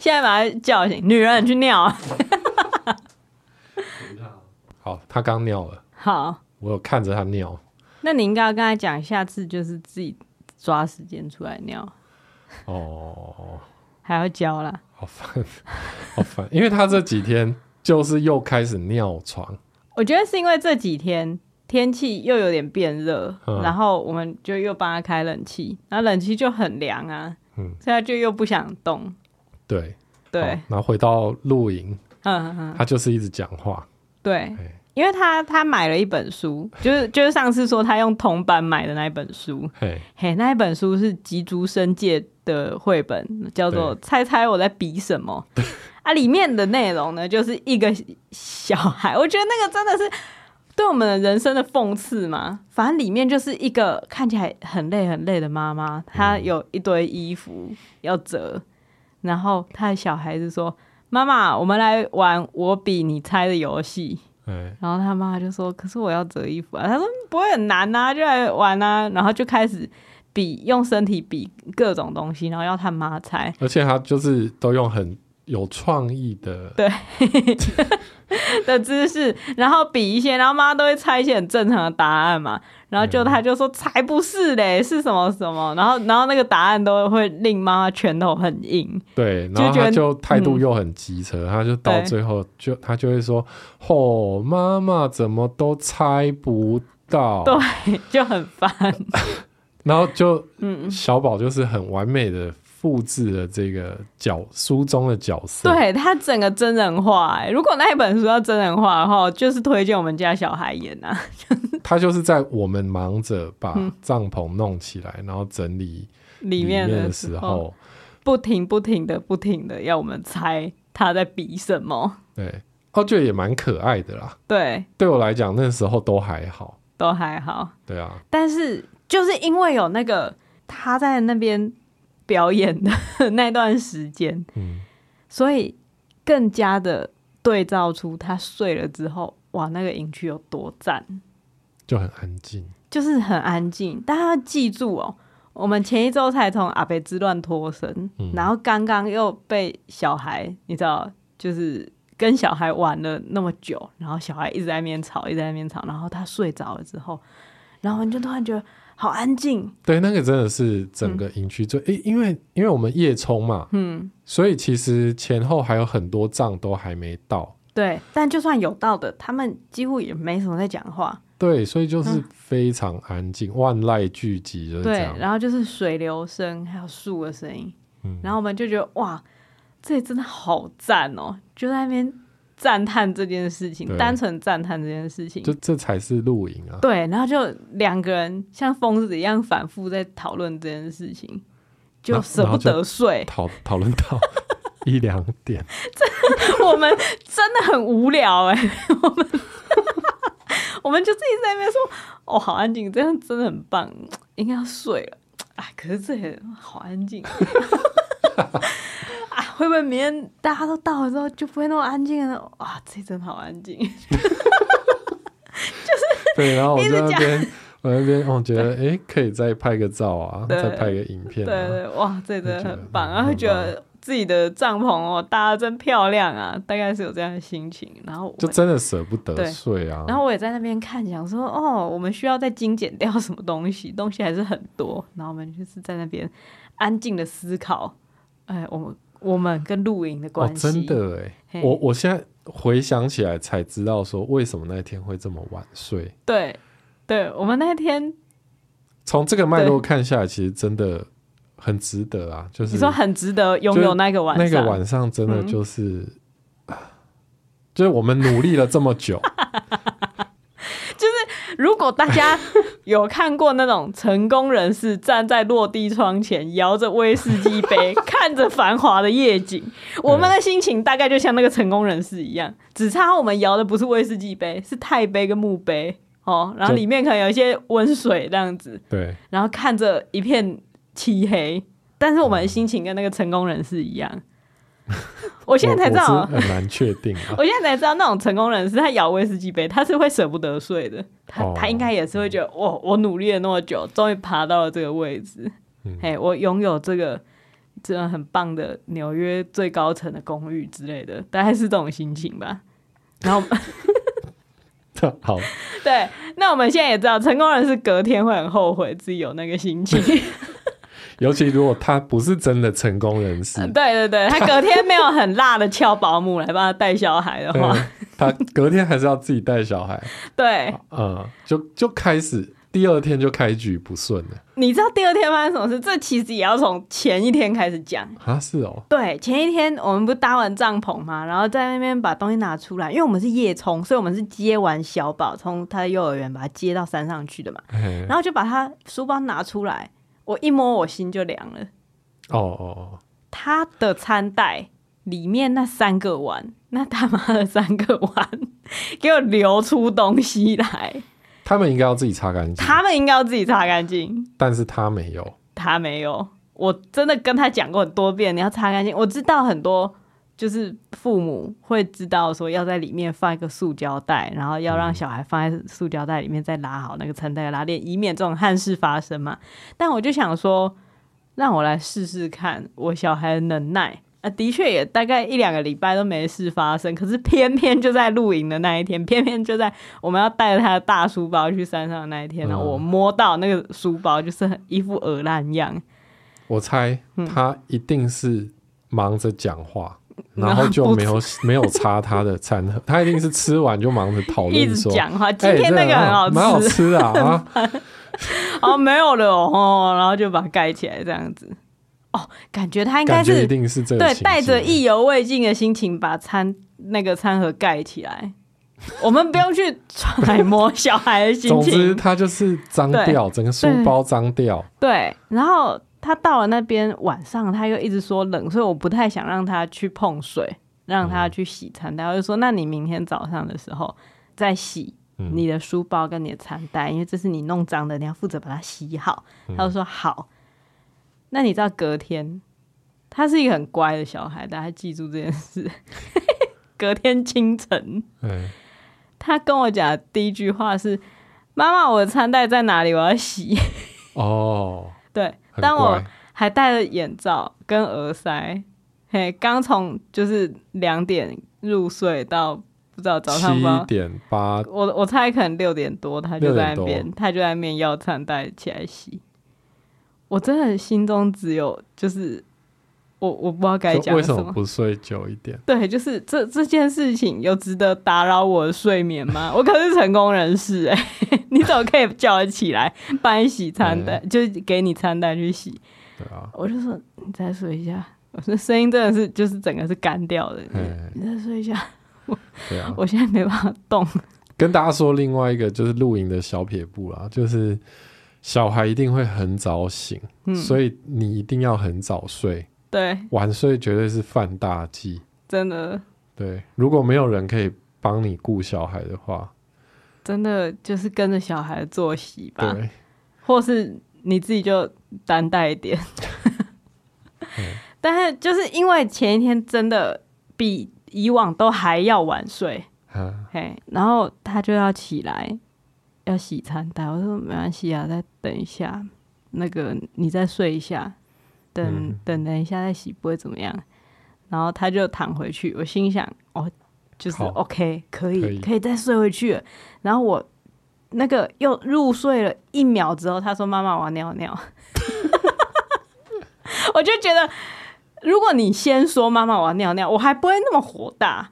[SPEAKER 1] 现在把他叫醒，女人你去尿。
[SPEAKER 2] 好，他刚尿了，
[SPEAKER 1] 好，
[SPEAKER 2] 我有看着他尿。
[SPEAKER 1] 那你应该要跟他讲，下次就是自己抓时间出来尿，
[SPEAKER 2] 哦，
[SPEAKER 1] 还要教啦。
[SPEAKER 2] 好烦，好烦，因为他这几天就是又开始尿床，
[SPEAKER 1] 我觉得是因为这几天天气又有点变热，
[SPEAKER 2] 嗯
[SPEAKER 1] 然后我们就又帮他开冷气，然后冷气就很凉啊，
[SPEAKER 2] 嗯
[SPEAKER 1] 所以他就又不想动。
[SPEAKER 2] 对好
[SPEAKER 1] 对，
[SPEAKER 2] 然后回到露营，
[SPEAKER 1] 嗯嗯嗯，
[SPEAKER 2] 他就是一直讲话，
[SPEAKER 1] 对
[SPEAKER 2] 哎，
[SPEAKER 1] 因为他他买了一本书，就是就是上次说他用铜板买的那一本书，
[SPEAKER 2] 嘿，
[SPEAKER 1] 嘿，那一本书是吉竹伸介的绘本，叫做《猜猜我在比什么》啊，里面的内容呢，就是一个小孩，我觉得那个真的是对我们的人生的讽刺嘛。反正里面就是一个看起来很累很累的妈妈，她有一堆衣服要折，然后她的小孩子说：“妈妈，我们来玩我比你猜的游戏。”
[SPEAKER 2] 哎，
[SPEAKER 1] 然后他妈就说：“可是我要折衣服啊。”他说：“不会很难呐、就来玩啊。”然后就开始比用身体比各种东西，然后要他妈猜。
[SPEAKER 2] 而且他就是都用很有创意的，
[SPEAKER 1] 的姿势，然后比一些，然后妈妈都会猜一些很正常的答案嘛，然后就
[SPEAKER 2] 嗯
[SPEAKER 1] 他就说才不是嘞，是什么什么，然后然后那个答案都会令妈妈拳头很硬，
[SPEAKER 2] 对，然后
[SPEAKER 1] 就
[SPEAKER 2] 他
[SPEAKER 1] 觉得嗯
[SPEAKER 2] 就态度又很机车，他就到
[SPEAKER 1] 对
[SPEAKER 2] 最后就他就会说：“哦，妈妈怎么都猜不到。”
[SPEAKER 1] 对就很 烦。
[SPEAKER 2] 然后就
[SPEAKER 1] 嗯，
[SPEAKER 2] 小宝就是很完美的复制了这个角书中的角色，，
[SPEAKER 1] 对他整个真人化、欸，如果那一本书要真人化的话，我就是推荐我们家小孩演啊。
[SPEAKER 2] 他就是在我们忙着把
[SPEAKER 1] 嗯
[SPEAKER 2] 帐篷弄起来，然后整理
[SPEAKER 1] 里面
[SPEAKER 2] 的
[SPEAKER 1] 的
[SPEAKER 2] 时
[SPEAKER 1] 时
[SPEAKER 2] 候，
[SPEAKER 1] 不停不停的不停的要我们猜他在比什么，
[SPEAKER 2] 对，哦，觉得也蛮可爱的啦。
[SPEAKER 1] 对，
[SPEAKER 2] 对我来讲，那时候都还好，
[SPEAKER 1] 都还好。
[SPEAKER 2] 对啊，
[SPEAKER 1] 但是就是因为有那个他在那边表演的 那段时间，
[SPEAKER 2] 嗯，
[SPEAKER 1] 所以更加的对照出他睡了之后，哇，那个营区有多赞，
[SPEAKER 2] 就很安静。
[SPEAKER 1] 就是很安静。大家要记住哦，我们前一周才从阿北之乱脱身，
[SPEAKER 2] 嗯
[SPEAKER 1] 然后刚刚又被小孩，你知道，就是。跟小孩玩了那么久，然后小孩一直在那边吵，一直在那边吵，然后他睡着了之后，然后我们就突然觉得好安静，
[SPEAKER 2] 对，那个真的是整个营区最诶、因为因为我们夜冲嘛，
[SPEAKER 1] 嗯，
[SPEAKER 2] 所以其实前后还有很多仗都还没到，
[SPEAKER 1] 对，但就算有到的，他们几乎也没什么在讲话。
[SPEAKER 2] 对，所以就是非常安静，万籁俱寂，就是这
[SPEAKER 1] 嗯对
[SPEAKER 2] 样，。
[SPEAKER 1] 然后就是水流声，还有树的声音。
[SPEAKER 2] 嗯
[SPEAKER 1] 然后我们就觉得哇，这里真的好赞哦！就在那边赞叹这件事情，
[SPEAKER 2] 对
[SPEAKER 1] 单纯赞叹这件事情。
[SPEAKER 2] 就这才是露营啊！
[SPEAKER 1] 对，然后就两个人像疯子一样反复在讨论这件事情，就
[SPEAKER 2] 然
[SPEAKER 1] 舍
[SPEAKER 2] 然
[SPEAKER 1] 不
[SPEAKER 2] 后就
[SPEAKER 1] 得睡。
[SPEAKER 2] 讨讨论 到一两点，
[SPEAKER 1] 我们真的很无聊哎、我们 我们就自己在那边说，哦，好安静，这样真的很棒，应该要睡了。哎，可是这也好安静。 啊，会不会明天大家都到了之后就不会那么安静了呢？哇，这真的好安静。
[SPEAKER 2] 对，然后我
[SPEAKER 1] 一直
[SPEAKER 2] 在那
[SPEAKER 1] 讲
[SPEAKER 2] 边，我在那边，我觉得哎、诶可以再拍个照啊，
[SPEAKER 1] 对
[SPEAKER 2] 再拍个影片
[SPEAKER 1] 对
[SPEAKER 2] 啊，
[SPEAKER 1] 对，哇，这真的很棒，
[SPEAKER 2] 就觉得
[SPEAKER 1] 然后
[SPEAKER 2] 很
[SPEAKER 1] 觉得自己的帐篷哦搭的真漂亮啊，大概是有这样的心情。然后我
[SPEAKER 2] 就
[SPEAKER 1] 们
[SPEAKER 2] 真的舍不得
[SPEAKER 1] 对
[SPEAKER 2] 睡啊。
[SPEAKER 1] 然后我也在那边看，想说哦，我们需要再精简掉什么东西，东西还是很多。然后我们就是在那边安静的思考，哎，我们我们跟露营的
[SPEAKER 2] 哦，
[SPEAKER 1] 关系、
[SPEAKER 2] 真的哎、
[SPEAKER 1] 嘿
[SPEAKER 2] 我我现在回想起来才知道说为什么那天会这么晚睡。
[SPEAKER 1] 对对，我们那天
[SPEAKER 2] 从这个脉络看下来，其实真的很值得啊！就是
[SPEAKER 1] 你说很值得拥
[SPEAKER 2] 就是
[SPEAKER 1] 有那个晚上，
[SPEAKER 2] 那个晚上真的
[SPEAKER 1] 嗯
[SPEAKER 2] 就是， 就是我们努力了这 么久，
[SPEAKER 1] 如果大家 有看过那种成功人士站在落地窗前，摇着威士忌杯，看着繁华的夜景，我们的心情大概就像那个成功人士一样，只差我们摇的不是威士忌杯，是钛杯跟墓碑哦，然后
[SPEAKER 2] 就
[SPEAKER 1] 里面可能有一些温水这样子，
[SPEAKER 2] 对
[SPEAKER 1] 然后看着一片漆黑，但是我们的心情跟那个成功人士一样。我
[SPEAKER 2] 我
[SPEAKER 1] 现在才知
[SPEAKER 2] 我
[SPEAKER 1] 道
[SPEAKER 2] 是，很难确定啊。
[SPEAKER 1] 我现在才知道，那种成功人士，他摇威士忌杯，他是会舍不得睡的。他、
[SPEAKER 2] 哦
[SPEAKER 1] 他应该也是会觉得，哇，我努力了那么久，终于爬到了这个位置，
[SPEAKER 2] 嗯
[SPEAKER 1] 嘿，我拥有这个这很棒的纽约最高层的公寓之类的，大概是这种心情吧。然后，
[SPEAKER 2] 好，
[SPEAKER 1] 对，那我们现在也知道，成功人士隔天会很后悔自己有那个心情。
[SPEAKER 2] 尤其如果他不是真的成功人士，
[SPEAKER 1] 对对对，他隔天没有很辣的叫保姆来帮他带小孩的话，
[SPEAKER 2] 对他隔天还是要自己带小孩，
[SPEAKER 1] 对，
[SPEAKER 2] 嗯，就就开始第二天就开局不顺了
[SPEAKER 1] 你知道第二天发生什么事？这其实也要从前一天开始讲。
[SPEAKER 2] 啊！是哦，
[SPEAKER 1] 对，前一天我们不搭完帐篷嘛，然后在那边把东西拿出来，因为我们是夜冲，所以我们是接完小宝从他的幼儿园把他接到山上去的嘛，
[SPEAKER 2] 嘿
[SPEAKER 1] 然后就把他书包拿出来，我一摸我心就凉了。
[SPEAKER 2] 哦哦哦，
[SPEAKER 1] 他的餐袋里面那三个碗，那他妈的三个碗， 给我流出东西来。
[SPEAKER 2] 他们应该要自己擦干净，
[SPEAKER 1] 他们应该要自己擦干净，
[SPEAKER 2] 但是他没有。
[SPEAKER 1] 他没有。我真的跟他讲过很多遍，你要擦干净。我知道很多就是父母会知道说要在里面放一个塑胶袋，然后要让小孩放在塑胶袋里面再拉好那个餐袋的拉链，以免这种憾事发生嘛。但我就想说，让我来试试看我小孩的能耐。啊，的确也大概一两个礼拜都没事发生，可是偏偏就在露营的那一天，偏偏就在我们要带着他的大书包去山上的那一天呢，
[SPEAKER 2] 嗯
[SPEAKER 1] 我摸到那个书包就是很一副鹅烂样，
[SPEAKER 2] 我猜
[SPEAKER 1] 嗯
[SPEAKER 2] 他一定是忙着讲话，
[SPEAKER 1] 然后
[SPEAKER 2] 然后就没有没有擦他的餐盒，他一定是吃完就忙着讨
[SPEAKER 1] 一
[SPEAKER 2] 论
[SPEAKER 1] 直
[SPEAKER 2] 说。
[SPEAKER 1] 讲话。今
[SPEAKER 2] 哎，
[SPEAKER 1] 天那
[SPEAKER 2] 这
[SPEAKER 1] 个很好吃，
[SPEAKER 2] 蛮好吃的 啊！啊
[SPEAKER 1] 哦，没有了哦哦，然后就把它盖起来这样子。哦，感觉他应该
[SPEAKER 2] 感觉一
[SPEAKER 1] 是
[SPEAKER 2] 定是这个
[SPEAKER 1] 对
[SPEAKER 2] 情
[SPEAKER 1] 带着
[SPEAKER 2] 境
[SPEAKER 1] 意犹未尽的心情把餐那个餐盒盖起来。我们不用去揣摩小孩的心
[SPEAKER 2] 总之，
[SPEAKER 1] 情，
[SPEAKER 2] 它就是脏
[SPEAKER 1] 对
[SPEAKER 2] 掉，整个书包脏掉。
[SPEAKER 1] 对。然后他到了那边晚上，他又一直说冷，所以我不太想让他去碰水，让
[SPEAKER 2] 嗯
[SPEAKER 1] 他去洗餐袋。我就说，那你明天早上的时候再洗
[SPEAKER 2] 嗯，
[SPEAKER 1] 你的书包跟你的餐袋，因为这是你弄脏的，你要负责把它洗好。
[SPEAKER 2] 嗯
[SPEAKER 1] 他就说好。那你知道隔天，他是一个很乖的小孩，大家记住这件事。 隔天清晨，
[SPEAKER 2] 哎，
[SPEAKER 1] 他跟我讲的第一句话是：“妈妈，我的餐袋在哪里？我要洗。
[SPEAKER 2] 哦，”
[SPEAKER 1] 对，
[SPEAKER 2] 很
[SPEAKER 1] 当我
[SPEAKER 2] 乖，
[SPEAKER 1] 还戴了眼罩跟耳塞，嘿，刚从就是两点入睡到不知道早上不知道
[SPEAKER 2] 七点八，
[SPEAKER 1] 我我猜可能六点多，他就在那边，他就在那边要餐袋起来洗。我真的心中只有就是我我不知道该
[SPEAKER 2] 就
[SPEAKER 1] 讲
[SPEAKER 2] 为
[SPEAKER 1] 什
[SPEAKER 2] 什
[SPEAKER 1] 么。
[SPEAKER 2] 么不睡久一点？
[SPEAKER 1] 对，就是这这件事情有值得打扰我的睡眠吗？ 我可是成功人士哎、 你怎么可以叫我起来帮你洗
[SPEAKER 2] 哎
[SPEAKER 1] 餐袋？就是给你餐袋去洗。
[SPEAKER 2] 对啊，
[SPEAKER 1] 我就说你再睡一下，我说声音真的是就是整个是干掉的。
[SPEAKER 2] 哎，
[SPEAKER 1] 你再睡一下，
[SPEAKER 2] 对啊。
[SPEAKER 1] 我现在没办法动。
[SPEAKER 2] 跟大家说另外一个就是露营的小撇步啦，就是小孩一定会很早醒，
[SPEAKER 1] 嗯
[SPEAKER 2] 所以你一定要很早睡，
[SPEAKER 1] 对，
[SPEAKER 2] 晚睡绝对是犯大忌。
[SPEAKER 1] 真的。
[SPEAKER 2] 对，如果没有人可以帮你顾小孩的话，
[SPEAKER 1] 真的就是跟着小孩的作息吧，
[SPEAKER 2] 对，
[SPEAKER 1] 或是你自己就担待一点。 但是就是因为前一天真的比以往都还要晚睡，
[SPEAKER 2] 啊，
[SPEAKER 1] 嘿，然后他就要起来要洗餐袋，我说没关系啊，再等一下，那个你再睡一下，等、
[SPEAKER 2] 嗯
[SPEAKER 1] 等等一下再洗不会怎么样。然后他就躺回去，我心想哦，就是
[SPEAKER 2] 好
[SPEAKER 1] OK，可以
[SPEAKER 2] 可
[SPEAKER 1] 可
[SPEAKER 2] 以
[SPEAKER 1] 以再睡回去了。然后我那个又入睡了一秒之后，他说妈妈我要尿尿， 我就觉得如果你先说妈妈我要尿尿，我还不会那么火大。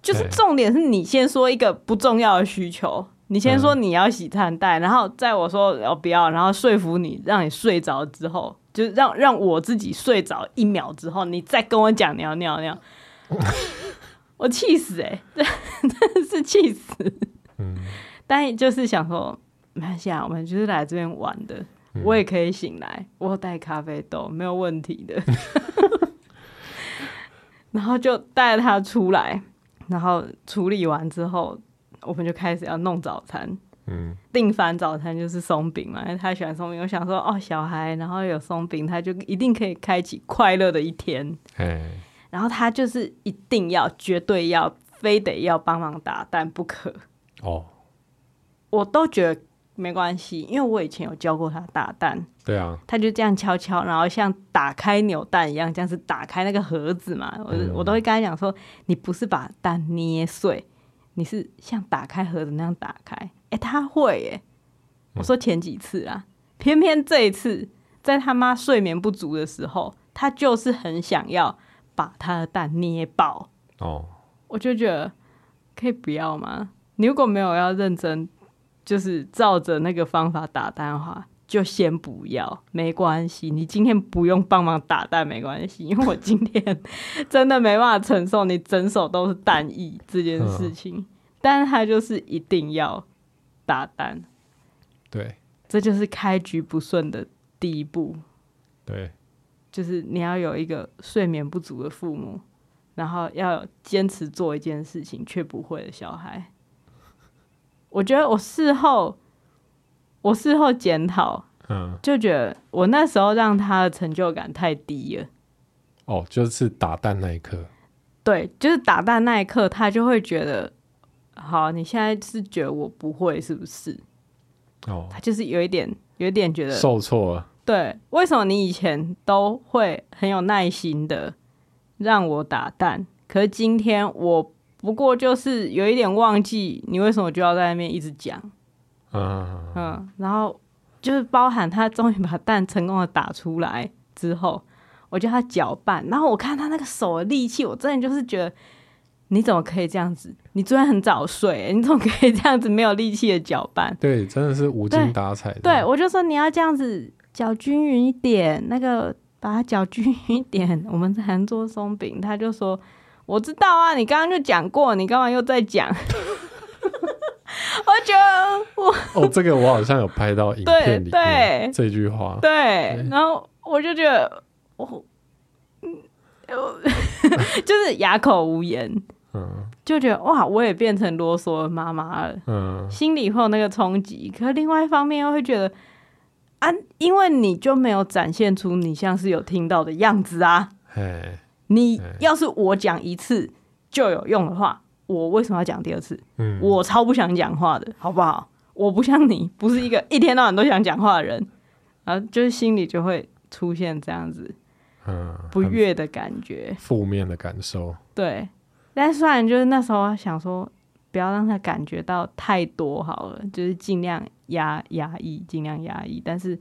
[SPEAKER 1] 就是
[SPEAKER 2] 对
[SPEAKER 1] 重点是你先说一个不重要的需求，你先说你要洗餐袋，然后在我说哦不要，然后说服你让你睡着之后，就是让让我自己睡着一秒之后，你再跟我讲你要尿尿，我气死哎、欸，真的是气死。
[SPEAKER 2] 嗯，
[SPEAKER 1] 但就是想说，没关系啊，我们就是来这边玩的，我也可以醒来，我有带咖啡豆，没有问题的。然后就带他出来，然后处理完之后，我们就开始要弄早餐。
[SPEAKER 2] 嗯，
[SPEAKER 1] 定番早餐就是松饼嘛，因为他喜欢松饼。我想说，哦，小孩，然后有松饼，他就一定可以开启快乐的一天。
[SPEAKER 2] 哎，
[SPEAKER 1] 然后他就是一定要，绝对要，非得要帮忙打蛋不可。
[SPEAKER 2] 哦，
[SPEAKER 1] 我都觉得没关系，因为我以前有教过他打蛋，
[SPEAKER 2] 对啊，
[SPEAKER 1] 他就这样敲敲，然后像打开扭蛋一样，这样子打开那个盒子嘛。我、
[SPEAKER 2] 嗯
[SPEAKER 1] 我都会跟他讲说，你不是把蛋捏碎，你是像打开盒子那样打开。哎、他会耶、我说前几次啊，偏偏这一次在他妈睡眠不足的时候，他就是很想要把他的蛋捏爆。
[SPEAKER 2] 哦，
[SPEAKER 1] 我就觉得可以不要吗？你如果没有要认真，就是照着那个方法打蛋的话，就先不要，没关系。你今天不用帮忙打蛋没关系，因为我今天 真的没办法承受你整手都是蛋液这件事情。但是他就是一定要打蛋，
[SPEAKER 2] 对
[SPEAKER 1] 这就是开局不顺的第一步。
[SPEAKER 2] 对，
[SPEAKER 1] 就是你要有一个睡眠不足的父母，然后要有坚持做一件事情却不会的小孩。我觉得我事后，我事后检讨，
[SPEAKER 2] 嗯，
[SPEAKER 1] 就觉得我那时候让他的成就感太低了。
[SPEAKER 2] 哦，就是打蛋那一刻，
[SPEAKER 1] 对，就是打蛋那一刻，他就会觉得，好，你现在是觉得我不会是不是？
[SPEAKER 2] 哦，
[SPEAKER 1] 他就是有一点，有一点觉得，
[SPEAKER 2] 受挫了，
[SPEAKER 1] 对，为什么你以前都会很有耐心的让我打蛋，可是今天我不过就是有一点忘记，你为什么就要在那边一直讲？
[SPEAKER 2] 嗯，
[SPEAKER 1] 嗯，然后就是包含他终于把蛋成功的打出来之后，我叫他搅拌，然后我看他那个手的力气，我真的就是觉得你怎么可以这样子？你昨天很早睡、你怎么可以这样子没有力气的搅拌？
[SPEAKER 2] 对，真的是无精打采的，
[SPEAKER 1] 对，我就说你要这样子搅均匀一点，那个把它搅均匀一点，我们才能做松饼。他就说我知道啊，你刚刚就讲过，你干嘛又在讲？ 我觉得
[SPEAKER 2] 哦，这个我好像有拍到影
[SPEAKER 1] 对
[SPEAKER 2] 片里
[SPEAKER 1] 对
[SPEAKER 2] 面这句话，
[SPEAKER 1] 对，然后我就觉得我，嗯， 我就是哑口无言，
[SPEAKER 2] 嗯
[SPEAKER 1] 就觉得哇，我也变成啰嗦的妈妈了，
[SPEAKER 2] 嗯，
[SPEAKER 1] 心里会有那个冲击。可是另外一方面又会觉得啊，因为你就没有展现出你像是有听到的样子啊。
[SPEAKER 2] 哎，
[SPEAKER 1] 你
[SPEAKER 2] 嗯
[SPEAKER 1] 要是我讲一次就有用的话，我为什么要讲第二次？
[SPEAKER 2] 嗯，
[SPEAKER 1] 我超不想讲话的，好不好？我不像你，不是一个一天到晚都想讲话的人，然后就是心里就会出现这样子
[SPEAKER 2] 嗯，
[SPEAKER 1] 不
[SPEAKER 2] 很
[SPEAKER 1] 悦的感觉。
[SPEAKER 2] 负面的感受，
[SPEAKER 1] 对，但虽然就是那时候想说，不要让他感觉到太多好了，就是尽量压压抑，尽量压抑。但是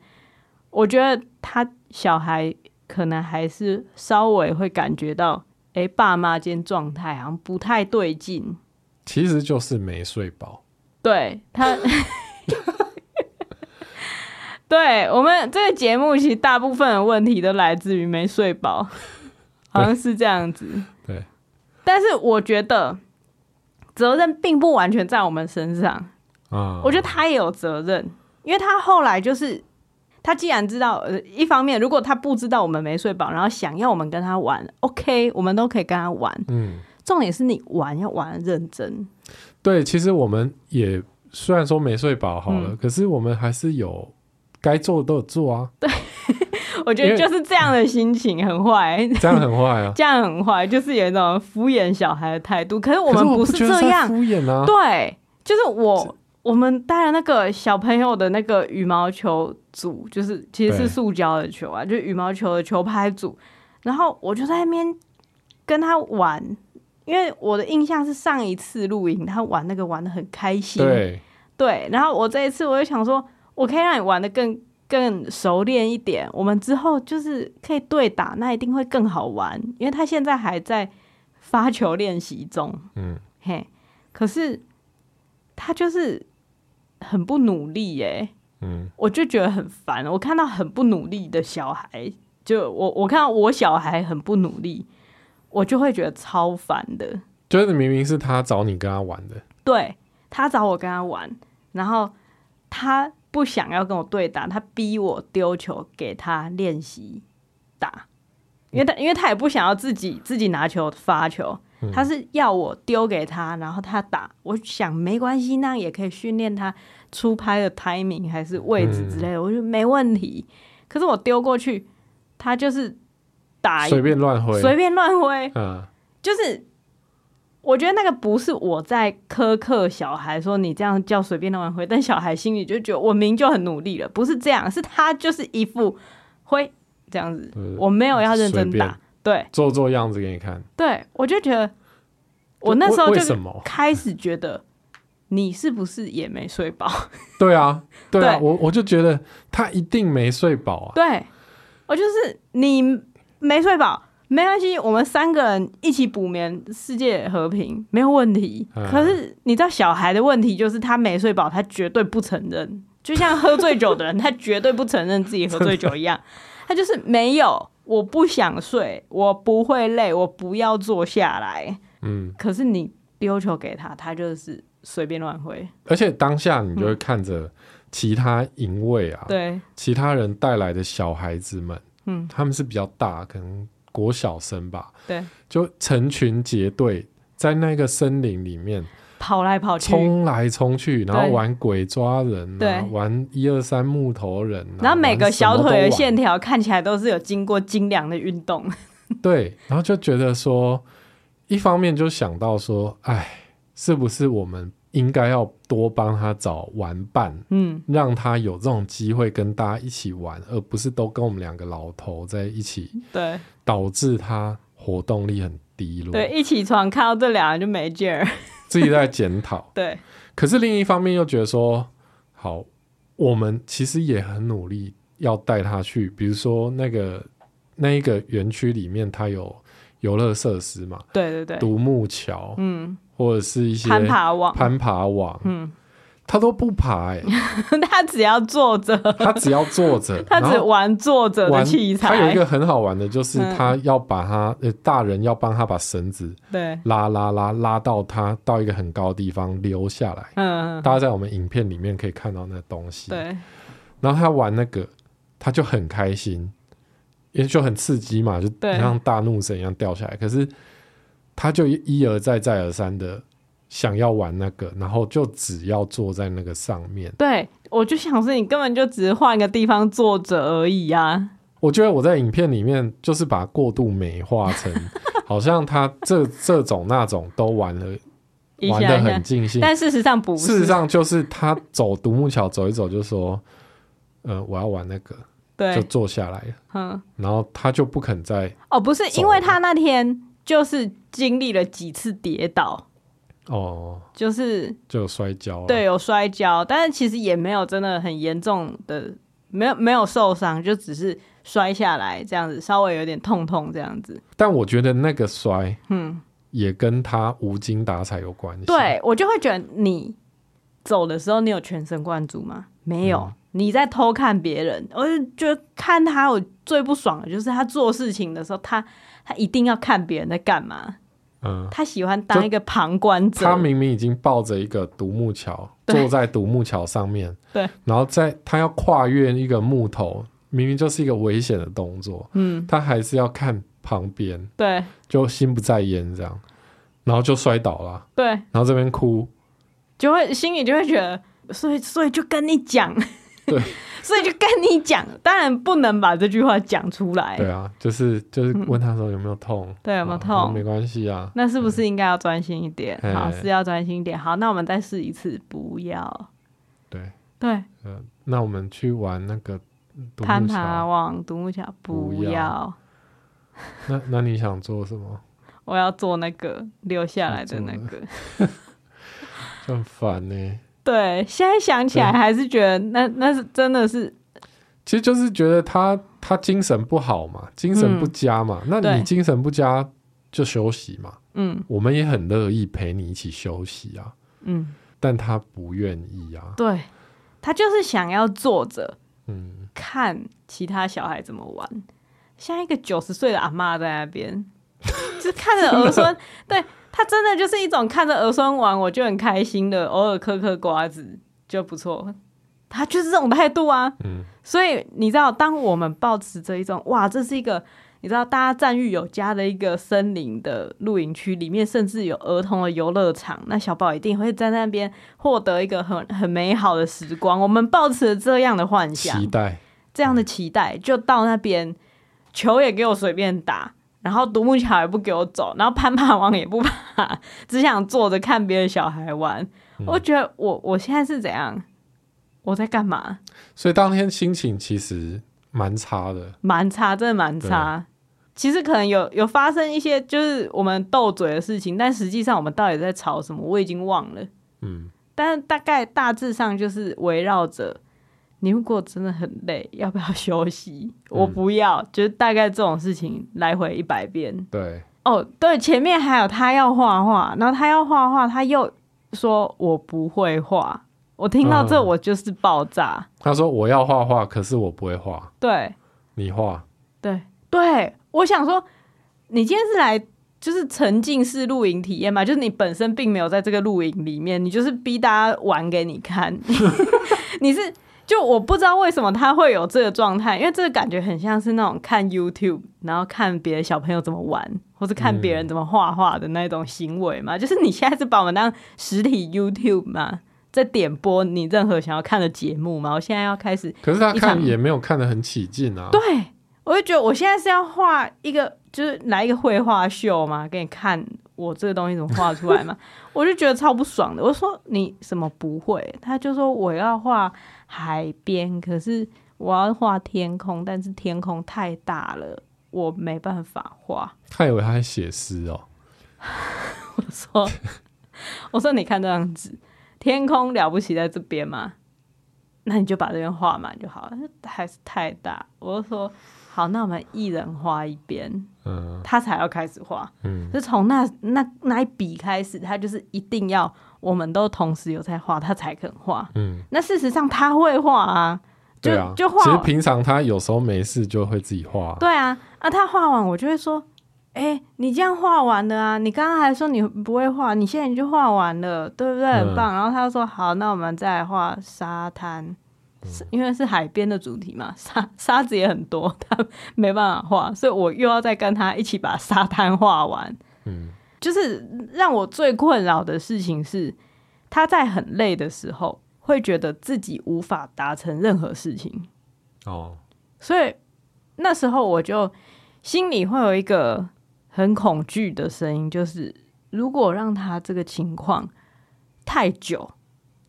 [SPEAKER 1] 我觉得他小孩可能还是稍微会感觉到，哎、爸妈今天状态好像不太对劲。
[SPEAKER 2] 其实就是没睡饱，
[SPEAKER 1] 对他， 对我们这个节目，其实大部分的问题都来自于没睡饱，好像是这样子。
[SPEAKER 2] 对，
[SPEAKER 1] 但是我觉得责任并不完全在我们身上，
[SPEAKER 2] 啊，
[SPEAKER 1] 我觉得他也有责任，因为他后来就是。他既然知道，呃，一方面，如果他不知道我们没睡饱，然后想要我们跟他玩，OK，我们都可以跟他玩。
[SPEAKER 2] 嗯，
[SPEAKER 1] 重点是你玩要玩得认真，
[SPEAKER 2] 对，其实我们也虽然说没睡饱好了，
[SPEAKER 1] 嗯
[SPEAKER 2] 可是我们还是有该做的都有做啊，
[SPEAKER 1] 我觉
[SPEAKER 2] 因
[SPEAKER 1] 得
[SPEAKER 2] 为
[SPEAKER 1] 就是这样的心情很坏。。
[SPEAKER 2] 这样很坏啊
[SPEAKER 1] 这样很坏，就是有一种敷衍小孩的态度。 可是我们
[SPEAKER 2] 可是我
[SPEAKER 1] 是
[SPEAKER 2] 觉得
[SPEAKER 1] 这
[SPEAKER 2] 在
[SPEAKER 1] 样，
[SPEAKER 2] 敷衍啊。
[SPEAKER 1] 对，就是我我们带了那个小朋友的那个羽毛球组，就是其实
[SPEAKER 2] 对
[SPEAKER 1] 是塑胶的球啊，就是羽毛球的球拍组。然后我就在那边跟他玩，因为我的印象是上一次露营他玩那个玩的很开心，
[SPEAKER 2] 对，
[SPEAKER 1] 对，然后我这一次我就想说，我可以让你玩的更更熟练一点，我们之后就是可以对打，那一定会更好玩，因为他现在还在发球练习中，
[SPEAKER 2] 嗯，
[SPEAKER 1] 嘿，可是他就是很不努力耶、
[SPEAKER 2] 嗯，
[SPEAKER 1] 我就觉得很烦。我看到很不努力的小孩，就我我看到我小孩很不努力，我就会觉得超烦的。
[SPEAKER 2] 就是明明是他找你跟他玩的，
[SPEAKER 1] 对他找我跟他玩，然后他不想要跟我对打，他逼我丢球给他练习打，因为他因为他也不想要自己自己拿球发球，
[SPEAKER 2] 嗯
[SPEAKER 1] 他是要我丢给他，然后他打。我想没关系，那样也可以训练他出拍的 timing 还是位置之类
[SPEAKER 2] 嗯
[SPEAKER 1] 的，我觉得没问题。可是我丢过去，他就是打一
[SPEAKER 2] 随便乱挥，
[SPEAKER 1] 随便乱挥，
[SPEAKER 2] 嗯，
[SPEAKER 1] 就是我觉得那个不是我在苛刻小孩说你这样叫随便乱挥，但小孩心里就觉得我明明就很努力了，不是这样，是他就是一副挥这样子，
[SPEAKER 2] 对
[SPEAKER 1] 我没有要认真
[SPEAKER 2] 随便
[SPEAKER 1] 打，对
[SPEAKER 2] 做做样子给你看。
[SPEAKER 1] 对，我就觉得我
[SPEAKER 2] 就
[SPEAKER 1] 那时候
[SPEAKER 2] 为
[SPEAKER 1] 就
[SPEAKER 2] 为什么？
[SPEAKER 1] 开始觉得你是不是也没睡饱？
[SPEAKER 2] 对啊，对啊，
[SPEAKER 1] 对
[SPEAKER 2] 我我就觉得他一定没睡饱啊。
[SPEAKER 1] 对我就是你没睡饱。没关系，我们三个人一起补眠，世界和平没有问题。
[SPEAKER 2] 嗯
[SPEAKER 1] 可是你知道，小孩的问题就是他没睡饱，他绝对不承认。就像喝醉酒 的人，他绝对不承认自己喝醉酒一样，他就是没有，我不想睡，我不会累，我不要坐下来。
[SPEAKER 2] 嗯，
[SPEAKER 1] 可是你丢球给他，他就是随便乱挥。
[SPEAKER 2] 而且当下你就会看着其他营卫啊，
[SPEAKER 1] 嗯对，
[SPEAKER 2] 其他人带来的小孩子们，
[SPEAKER 1] 嗯
[SPEAKER 2] 他们是比较大，可能国小生吧，
[SPEAKER 1] 对，
[SPEAKER 2] 就成群结队在那个森林里面
[SPEAKER 1] 跑来跑去，
[SPEAKER 2] 冲来冲去，然后
[SPEAKER 1] 对
[SPEAKER 2] 玩鬼抓人、
[SPEAKER 1] 对
[SPEAKER 2] 啊，玩一二三木头人、啊，
[SPEAKER 1] 然后每个
[SPEAKER 2] 玩什么
[SPEAKER 1] 小
[SPEAKER 2] 都
[SPEAKER 1] 腿的
[SPEAKER 2] 玩
[SPEAKER 1] 线条看起来都是有经过精良的运动，
[SPEAKER 2] 对，然后就觉得说，一方面就想到说，哎，是不是我们应该要多帮他找玩伴，
[SPEAKER 1] 嗯，
[SPEAKER 2] 让他有这种机会跟大家一起玩，而不是都跟我们两个老头在一起，
[SPEAKER 1] 对
[SPEAKER 2] 导致他活动力很低落，
[SPEAKER 1] 对，一起床看到这两人就没劲儿，
[SPEAKER 2] 自己在检讨。
[SPEAKER 1] 对
[SPEAKER 2] 可是另一方面又觉得说，好，我们其实也很努力要带他去，比如说那个那一个园区里面，它有游乐设施嘛，
[SPEAKER 1] 对对对，
[SPEAKER 2] 独木桥，
[SPEAKER 1] 嗯，
[SPEAKER 2] 或者是一些
[SPEAKER 1] 攀爬网，
[SPEAKER 2] 攀爬网，
[SPEAKER 1] 嗯，
[SPEAKER 2] 他都不爬、欸，
[SPEAKER 1] 他只要坐着，，
[SPEAKER 2] 他只要坐着
[SPEAKER 1] 他只
[SPEAKER 2] 然后
[SPEAKER 1] 玩坐着的
[SPEAKER 2] 玩
[SPEAKER 1] 器材，
[SPEAKER 2] 他有一个很好玩的，就是
[SPEAKER 1] 嗯
[SPEAKER 2] 他要把他、呃大人要帮他把绳子
[SPEAKER 1] 对，
[SPEAKER 2] 拉拉拉拉到他到一个很高的地方溜下来。
[SPEAKER 1] 嗯，
[SPEAKER 2] 大家在我们影片里面可以看到那东西。
[SPEAKER 1] 对
[SPEAKER 2] 然后他玩那个，他就很开心，因为就很刺激嘛，就
[SPEAKER 1] 对
[SPEAKER 2] 像大怒神一样掉下来。可是他就一而再、再而三的想要玩那个，然后就只要坐在那个上面。
[SPEAKER 1] 对，我就想说你根本就只是换个地方坐着而已啊，
[SPEAKER 2] 我觉得我在影片里面就是把它过度美化 成，好像他这这种那种都玩了，
[SPEAKER 1] 一
[SPEAKER 2] 玩
[SPEAKER 1] 下
[SPEAKER 2] 的
[SPEAKER 1] 一下
[SPEAKER 2] 很，尽兴。
[SPEAKER 1] 但事实上不
[SPEAKER 2] 事
[SPEAKER 1] 是
[SPEAKER 2] 实，上就是他走独木桥走一走，就说，呃，我要玩那个，就
[SPEAKER 1] 对，
[SPEAKER 2] 坐下来了，
[SPEAKER 1] 嗯，
[SPEAKER 2] 然后他就不肯再
[SPEAKER 1] 哦，不是，
[SPEAKER 2] 走
[SPEAKER 1] 因为
[SPEAKER 2] 了
[SPEAKER 1] 他那天就是经历了几次跌倒，
[SPEAKER 2] 哦，
[SPEAKER 1] 就是
[SPEAKER 2] 就有摔跤、啊，
[SPEAKER 1] 对，有摔跤，但是其实也没有真的很严重的，没有没有受伤，就只是摔下来这样子，稍微有点痛痛这样子。
[SPEAKER 2] 但我觉得那个摔
[SPEAKER 1] 嗯，
[SPEAKER 2] 也跟他无精打采有关系。，
[SPEAKER 1] 对我就会觉得你走的时候，你有全神贯注吗？没有，
[SPEAKER 2] 嗯
[SPEAKER 1] 你在偷看别人。我就觉得看他，我最不爽的就是他做事情的时候，他他一定要看别人在干嘛，
[SPEAKER 2] 嗯，
[SPEAKER 1] 他喜欢当一个旁观者。
[SPEAKER 2] 他明明已经抱着一个独木桥，
[SPEAKER 1] 对
[SPEAKER 2] 坐在独木桥上面，
[SPEAKER 1] 对，
[SPEAKER 2] 然后在他要跨越一个木头，明明就是一个危险的动作，
[SPEAKER 1] 嗯，
[SPEAKER 2] 他还是要看旁边，
[SPEAKER 1] 对
[SPEAKER 2] 就心不在焉这样，然后就摔倒了，
[SPEAKER 1] 对，
[SPEAKER 2] 然后这边哭，
[SPEAKER 1] 就会心里就会觉得，所以所以就跟你讲，
[SPEAKER 2] 对，
[SPEAKER 1] 所以就跟你讲，当然不能把这句话讲出来，
[SPEAKER 2] 对啊，就是就是问他说有没有痛，
[SPEAKER 1] 嗯对有没有
[SPEAKER 2] 啊他说
[SPEAKER 1] 痛
[SPEAKER 2] 没关系啊，
[SPEAKER 1] 那是不是应该要专心一点？
[SPEAKER 2] 嗯
[SPEAKER 1] 好，
[SPEAKER 2] 哎
[SPEAKER 1] 是要专心一点。好，那我们再试一次，不要，
[SPEAKER 2] 对，
[SPEAKER 1] 对，
[SPEAKER 2] 呃，那我们去玩那个独
[SPEAKER 1] 攀
[SPEAKER 2] 木
[SPEAKER 1] 爬
[SPEAKER 2] 桥，
[SPEAKER 1] 网、独木桥，
[SPEAKER 2] 不
[SPEAKER 1] 不要，
[SPEAKER 2] 那那你想做什么？
[SPEAKER 1] 我要做那个留下来的那
[SPEAKER 2] 要
[SPEAKER 1] 个。
[SPEAKER 2] 就很烦呢、
[SPEAKER 1] 对，现在想起来还是觉得那那是真的是
[SPEAKER 2] 其实就是觉得他他精神不好嘛，精神不佳嘛。
[SPEAKER 1] 嗯
[SPEAKER 2] 那
[SPEAKER 1] 对
[SPEAKER 2] 你精神不佳就休息嘛，
[SPEAKER 1] 嗯
[SPEAKER 2] 我们也很乐意陪你一起休息啊。
[SPEAKER 1] 嗯，
[SPEAKER 2] 但他不愿意啊，
[SPEAKER 1] 对他就是想要坐着，
[SPEAKER 2] 嗯，
[SPEAKER 1] 看其他小孩怎么玩，像一个九十岁的阿嬷在那边， 就是看着儿 孙，对他真的就是一种看着儿孙玩我就很开心的，偶尔嗑嗑瓜子就不错。他就是这种态度啊，
[SPEAKER 2] 嗯
[SPEAKER 1] 所以你知道，当我们抱持着一种哇，这是一个你知道大家赞誉有加的一个森林的露营区，里面甚至有儿童的游乐场，那小宝一定会在那边获得一个很很美好的时光。我们抱持着这样的幻想，
[SPEAKER 2] 期待
[SPEAKER 1] 这样的期待，就到那边，球也给我随便打，然后独木桥也不给我走，然后攀爬网也不爬，只想坐着看别的小孩玩。我觉得我我现在是怎样？我在干嘛？
[SPEAKER 2] 所以当天心情其实蛮差的。
[SPEAKER 1] 蛮差，真的蛮差。其实可能有有发生一些就是我们斗嘴的事情，但实际上我们到底在吵什么，我已经忘了。
[SPEAKER 2] 嗯，
[SPEAKER 1] 但大概大致上就是围绕着你如果真的很累，要不要休息？我不要，就是大概这种事情来回一百遍。
[SPEAKER 2] 对，
[SPEAKER 1] 哦，对，前面还有他要画画，然后他要画画，他又说我不会画。我听到这
[SPEAKER 2] 嗯
[SPEAKER 1] 我就是爆炸，
[SPEAKER 2] 他说我要画画，可是我不会画，
[SPEAKER 1] 对
[SPEAKER 2] 你画。
[SPEAKER 1] 对对，我想说，你今天是来就是沉浸式露营体验嘛？就是你本身并没有在这个露营里面，你就是逼大家玩给你看，你是就我不知道为什么他会有这个状态，因为这个感觉很像是那种看 YouTube，然后看别的小朋友怎么玩，或是看别人怎么画画的那种行为嘛。就是你现在是把我们当实体 YouTube 嘛，在点播你任何想要看的节目嘛。我现在要开始，
[SPEAKER 2] 可是他
[SPEAKER 1] 一场
[SPEAKER 2] 看也没有看得很起劲啊。
[SPEAKER 1] 对我就觉得我现在是要画一个，就是来一个绘画秀嘛，给你看我这个东西怎么画出来嘛。我就觉得超不爽的。我说你什么不会？他就说我要画海边，可是我要画天空，但是天空太大了，我没办法画。
[SPEAKER 2] 他以为他在写诗哦，
[SPEAKER 1] 我说， 我说你看这张纸，天空了不起在这边嘛，那你就把这边画满就好了，还是太大。我就说好，那我们一人画一边。
[SPEAKER 2] 嗯
[SPEAKER 1] 他才要开始画，
[SPEAKER 2] 嗯，
[SPEAKER 1] 就从那那那一笔开始，他就是一定要我们都同时有在画，他才肯画。
[SPEAKER 2] 嗯，
[SPEAKER 1] 那事实上他会画啊，就、
[SPEAKER 2] 对啊，
[SPEAKER 1] 就
[SPEAKER 2] 其
[SPEAKER 1] 画
[SPEAKER 2] 实
[SPEAKER 1] 完，
[SPEAKER 2] 平常他有时候没事就会自己画，
[SPEAKER 1] 对啊，啊他画完我就会说，哎、你这样画完了啊，你刚刚还说你不会画，你现在你就画完了，对不对？
[SPEAKER 2] 嗯
[SPEAKER 1] 很棒。然后他就说好，那我们再来画沙滩。
[SPEAKER 2] 嗯
[SPEAKER 1] 是因为是海边的主题嘛， 沙沙子也很多，他没办法画，所以我又要再跟他一起把沙滩画完。
[SPEAKER 2] 嗯
[SPEAKER 1] 就是让我最困扰的事情是，他在很累的时候，会觉得自己无法达成任何事情，
[SPEAKER 2] 哦，
[SPEAKER 1] 所以那时候我就心里会有一个很恐惧的声音，就是如果让他这个情况太久，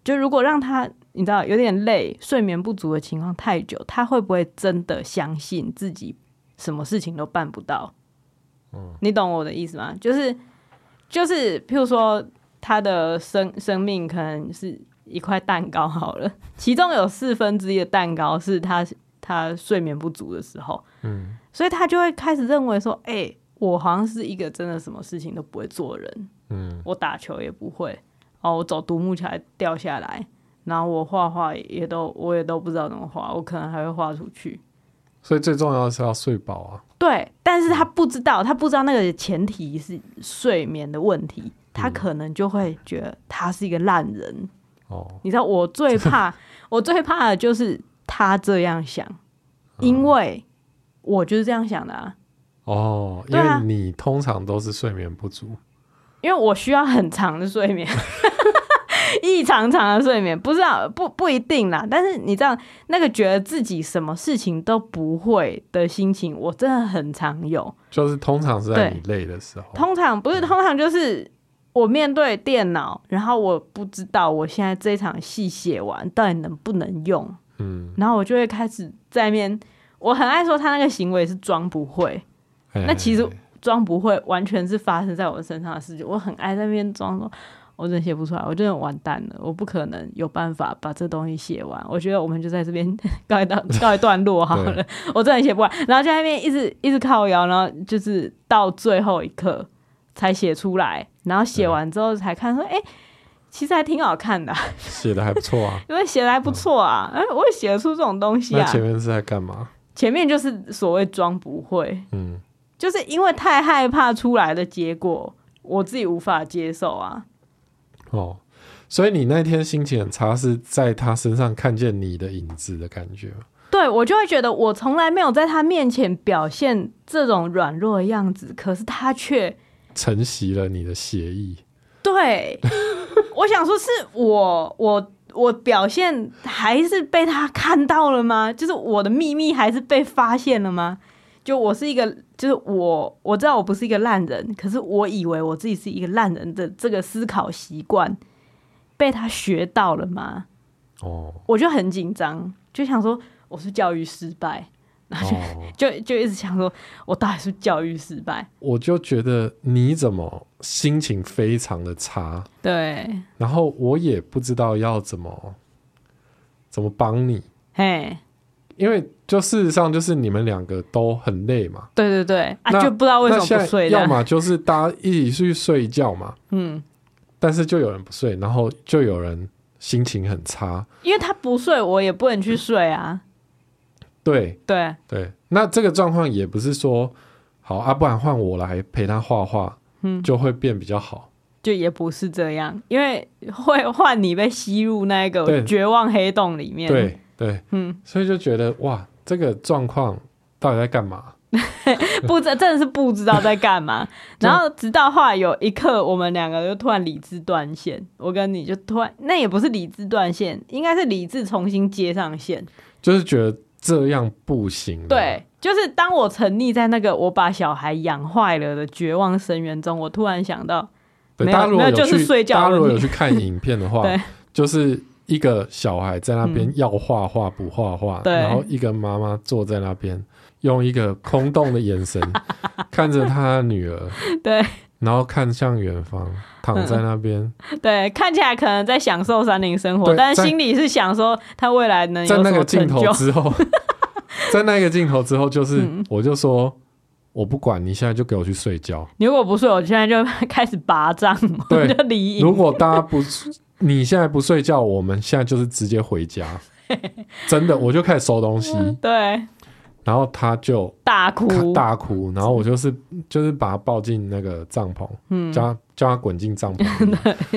[SPEAKER 1] 就如果让他你知道有点累、睡眠不足的情况太久，他会不会真的相信自己什么事情都办不到？你懂我的意思吗？就是就是，譬如说他的生生命可能是一块蛋糕好了，其中有四分之一的蛋糕是他他睡眠不足的时候，
[SPEAKER 2] 嗯，
[SPEAKER 1] 所以他就会开始认为说，哎、我好像是一个真的什么事情都不会做的人，
[SPEAKER 2] 嗯，
[SPEAKER 1] 我打球也不会，哦，我走独木桥还掉下来，然后我画画也都我也都不知道怎么画，我可能还会画出去，
[SPEAKER 2] 所以最重要的是要睡饱啊，
[SPEAKER 1] 对，但是他不知道，他不知道那个前提是睡眠的问题，他可能就会觉得他是一个烂人。
[SPEAKER 2] 哦，
[SPEAKER 1] 你知道，我最怕，我最怕的就是他这样想，因为我就是这样想的啊，
[SPEAKER 2] 哦，因
[SPEAKER 1] 对啊
[SPEAKER 2] 为你通常都是睡眠不足，
[SPEAKER 1] 因为我需要很长的睡眠。 异常长的睡眠，不知道不不一定啦。但是你知道，那个觉得自己什么事情都不会的心情，我真的很常有。
[SPEAKER 2] 就是通常是在
[SPEAKER 1] 对
[SPEAKER 2] 你累的时候，
[SPEAKER 1] 通常不是，通常就是我面对电脑，然后我不知道我现在这一场戏写完到底能不能用，
[SPEAKER 2] 嗯，
[SPEAKER 1] 然后我就会开始在面。我很爱说他那个行为是装不会，
[SPEAKER 2] 哎
[SPEAKER 1] 那其实装不会完全是发生在我身上的事情。我很爱在那边装说，我真的写不出来，我真的完蛋了，我不可能有办法把这东西写完。我觉得我们就在这边 告一段告一段落好了，我真的写不完。然后就在那边一直一直靠摇，然后就是到最后一刻才写出来，然后写完之后才看说，哎、其实还挺好看的啊、，
[SPEAKER 2] 写的还不错啊
[SPEAKER 1] 因为写的还不错啊，哎、我也写得出这种东西
[SPEAKER 2] 嗯那
[SPEAKER 1] 啊。
[SPEAKER 2] 前面是在干嘛？
[SPEAKER 1] 前面就是所谓装不会，
[SPEAKER 2] 嗯，
[SPEAKER 1] 就是因为太害怕出来的结果，我自己无法接受啊。
[SPEAKER 2] 哦，所以你那天心情很差，是在他身上看见你的影子的感觉吗，
[SPEAKER 1] 对我就会觉得我从来没有在他面前表现这种软弱的样子，可是他却
[SPEAKER 2] 承袭了你的血意，
[SPEAKER 1] 对我想说，是我我我表现还是被他看到了吗？就是我的秘密还是被发现了吗？就我是一个，就是我我知道我不是一个烂人，可是我以为我自己是一个烂人的这个思考习惯被他学到了吗？
[SPEAKER 2] 哦，
[SPEAKER 1] 我就很紧张，就想说我是教育失败，
[SPEAKER 2] 哦，
[SPEAKER 1] 就就一直想说我到底是不是教育失败。
[SPEAKER 2] 我就觉得你怎么心情非常的差，
[SPEAKER 1] 对，
[SPEAKER 2] 然后我也不知道要怎么怎么帮你，
[SPEAKER 1] 嘿，
[SPEAKER 2] 因为就事实上就是你们两个都很累嘛，
[SPEAKER 1] 对对对，啊，
[SPEAKER 2] 那
[SPEAKER 1] 就不知道为什
[SPEAKER 2] 那
[SPEAKER 1] 么
[SPEAKER 2] 现
[SPEAKER 1] 不
[SPEAKER 2] 在
[SPEAKER 1] 睡
[SPEAKER 2] 要
[SPEAKER 1] 的。
[SPEAKER 2] 么就是大家一起去睡觉嘛，
[SPEAKER 1] 嗯，
[SPEAKER 2] 但是就有人不睡，然后就有人心情很差，
[SPEAKER 1] 因为他不睡，我也不能去睡啊。
[SPEAKER 2] 对
[SPEAKER 1] 对，
[SPEAKER 2] 对，那这个状况也不是说好啊，不然换我来陪他画画，
[SPEAKER 1] 嗯
[SPEAKER 2] 就会变比较好，
[SPEAKER 1] 就也不是这样，因为会换你被吸入那个
[SPEAKER 2] 对
[SPEAKER 1] 绝望黑洞里面。
[SPEAKER 2] 对，对，嗯，所以就觉得哇，这个状况到底在干嘛？
[SPEAKER 1] 不知真的是不知道在干 嘛。然后直到后来有一刻，我们两个就突然理智断线，我跟你就突然，那也不是理智断线，应该是理智重新接上线。
[SPEAKER 2] 就是觉得这样不行啊了。
[SPEAKER 1] 对，就是当我沉溺在那个我把小孩养坏了的绝望深渊中，我突然想到，
[SPEAKER 2] 对，
[SPEAKER 1] 没有
[SPEAKER 2] 大家如
[SPEAKER 1] 没
[SPEAKER 2] 果
[SPEAKER 1] 有
[SPEAKER 2] 有
[SPEAKER 1] 就是
[SPEAKER 2] 去，
[SPEAKER 1] 睡觉
[SPEAKER 2] 大家如果
[SPEAKER 1] 问
[SPEAKER 2] 有
[SPEAKER 1] 题
[SPEAKER 2] 去看影片的 话
[SPEAKER 1] 对，
[SPEAKER 2] 就是一个小孩在那边
[SPEAKER 1] 嗯
[SPEAKER 2] 要画画不画画，
[SPEAKER 1] 对
[SPEAKER 2] 然后一个妈妈坐在那边用一个空洞的眼 神看着他的女儿，
[SPEAKER 1] 对
[SPEAKER 2] 然后看向远方，躺在那 边，
[SPEAKER 1] 对，看起来可能在享受山林生活，
[SPEAKER 2] 对
[SPEAKER 1] 但
[SPEAKER 2] 在
[SPEAKER 1] 心里是想说他未来能
[SPEAKER 2] 在
[SPEAKER 1] 哎有
[SPEAKER 2] 那
[SPEAKER 1] 什
[SPEAKER 2] 个
[SPEAKER 1] 么
[SPEAKER 2] 镜
[SPEAKER 1] 成
[SPEAKER 2] 头
[SPEAKER 1] 就？
[SPEAKER 2] 之后，在那个镜头之后，就是
[SPEAKER 1] 嗯
[SPEAKER 2] 我就说。我不管你现在就给我去睡觉。
[SPEAKER 1] 你如果不睡，我现在就开始拔杖，我
[SPEAKER 2] 对
[SPEAKER 1] 就离
[SPEAKER 2] 如
[SPEAKER 1] 营。
[SPEAKER 2] 果大家不，你现在不睡觉，我们现在就是直接回家。 真的，我就开始收东西，
[SPEAKER 1] 嗯对，
[SPEAKER 2] 然后他就
[SPEAKER 1] 大哭，
[SPEAKER 2] 大哭，然后我就是就是把他抱进那个帐篷，
[SPEAKER 1] 嗯
[SPEAKER 2] 叫他叫他滚进帐篷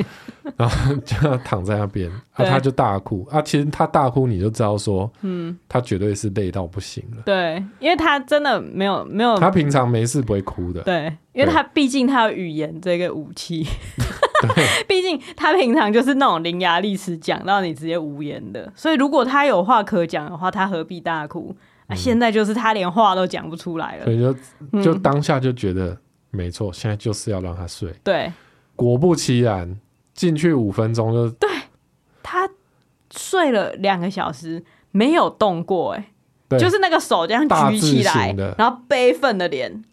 [SPEAKER 2] 里 然后叫他躺在那边，啊，
[SPEAKER 1] 对
[SPEAKER 2] 他就大哭啊。其实他大哭，你就知道说
[SPEAKER 1] 嗯，
[SPEAKER 2] 他绝对是累到不行了。
[SPEAKER 1] 对，因为他真的没有没有
[SPEAKER 2] 他平常没事不会哭的，
[SPEAKER 1] 嗯对，因为
[SPEAKER 2] 对
[SPEAKER 1] 他毕竟他有语言这个武器， 毕竟他平常就是那种伶牙俐齿讲到你直接无言的，所以如果他有话可讲的话，他何必大哭？
[SPEAKER 2] 嗯
[SPEAKER 1] 啊、现在就是他连话都讲不出来
[SPEAKER 2] 所
[SPEAKER 1] 了。
[SPEAKER 2] 以
[SPEAKER 1] 嗯
[SPEAKER 2] 就就当下就觉得、没错，现在就是要让他睡。
[SPEAKER 1] 对
[SPEAKER 2] 果不其然，进去五分钟就
[SPEAKER 1] 他睡了两个小时没有动过、欸，
[SPEAKER 2] 对，
[SPEAKER 1] 就是那个手这样举起
[SPEAKER 2] 大字
[SPEAKER 1] 来
[SPEAKER 2] 型的，
[SPEAKER 1] 然后悲愤的脸，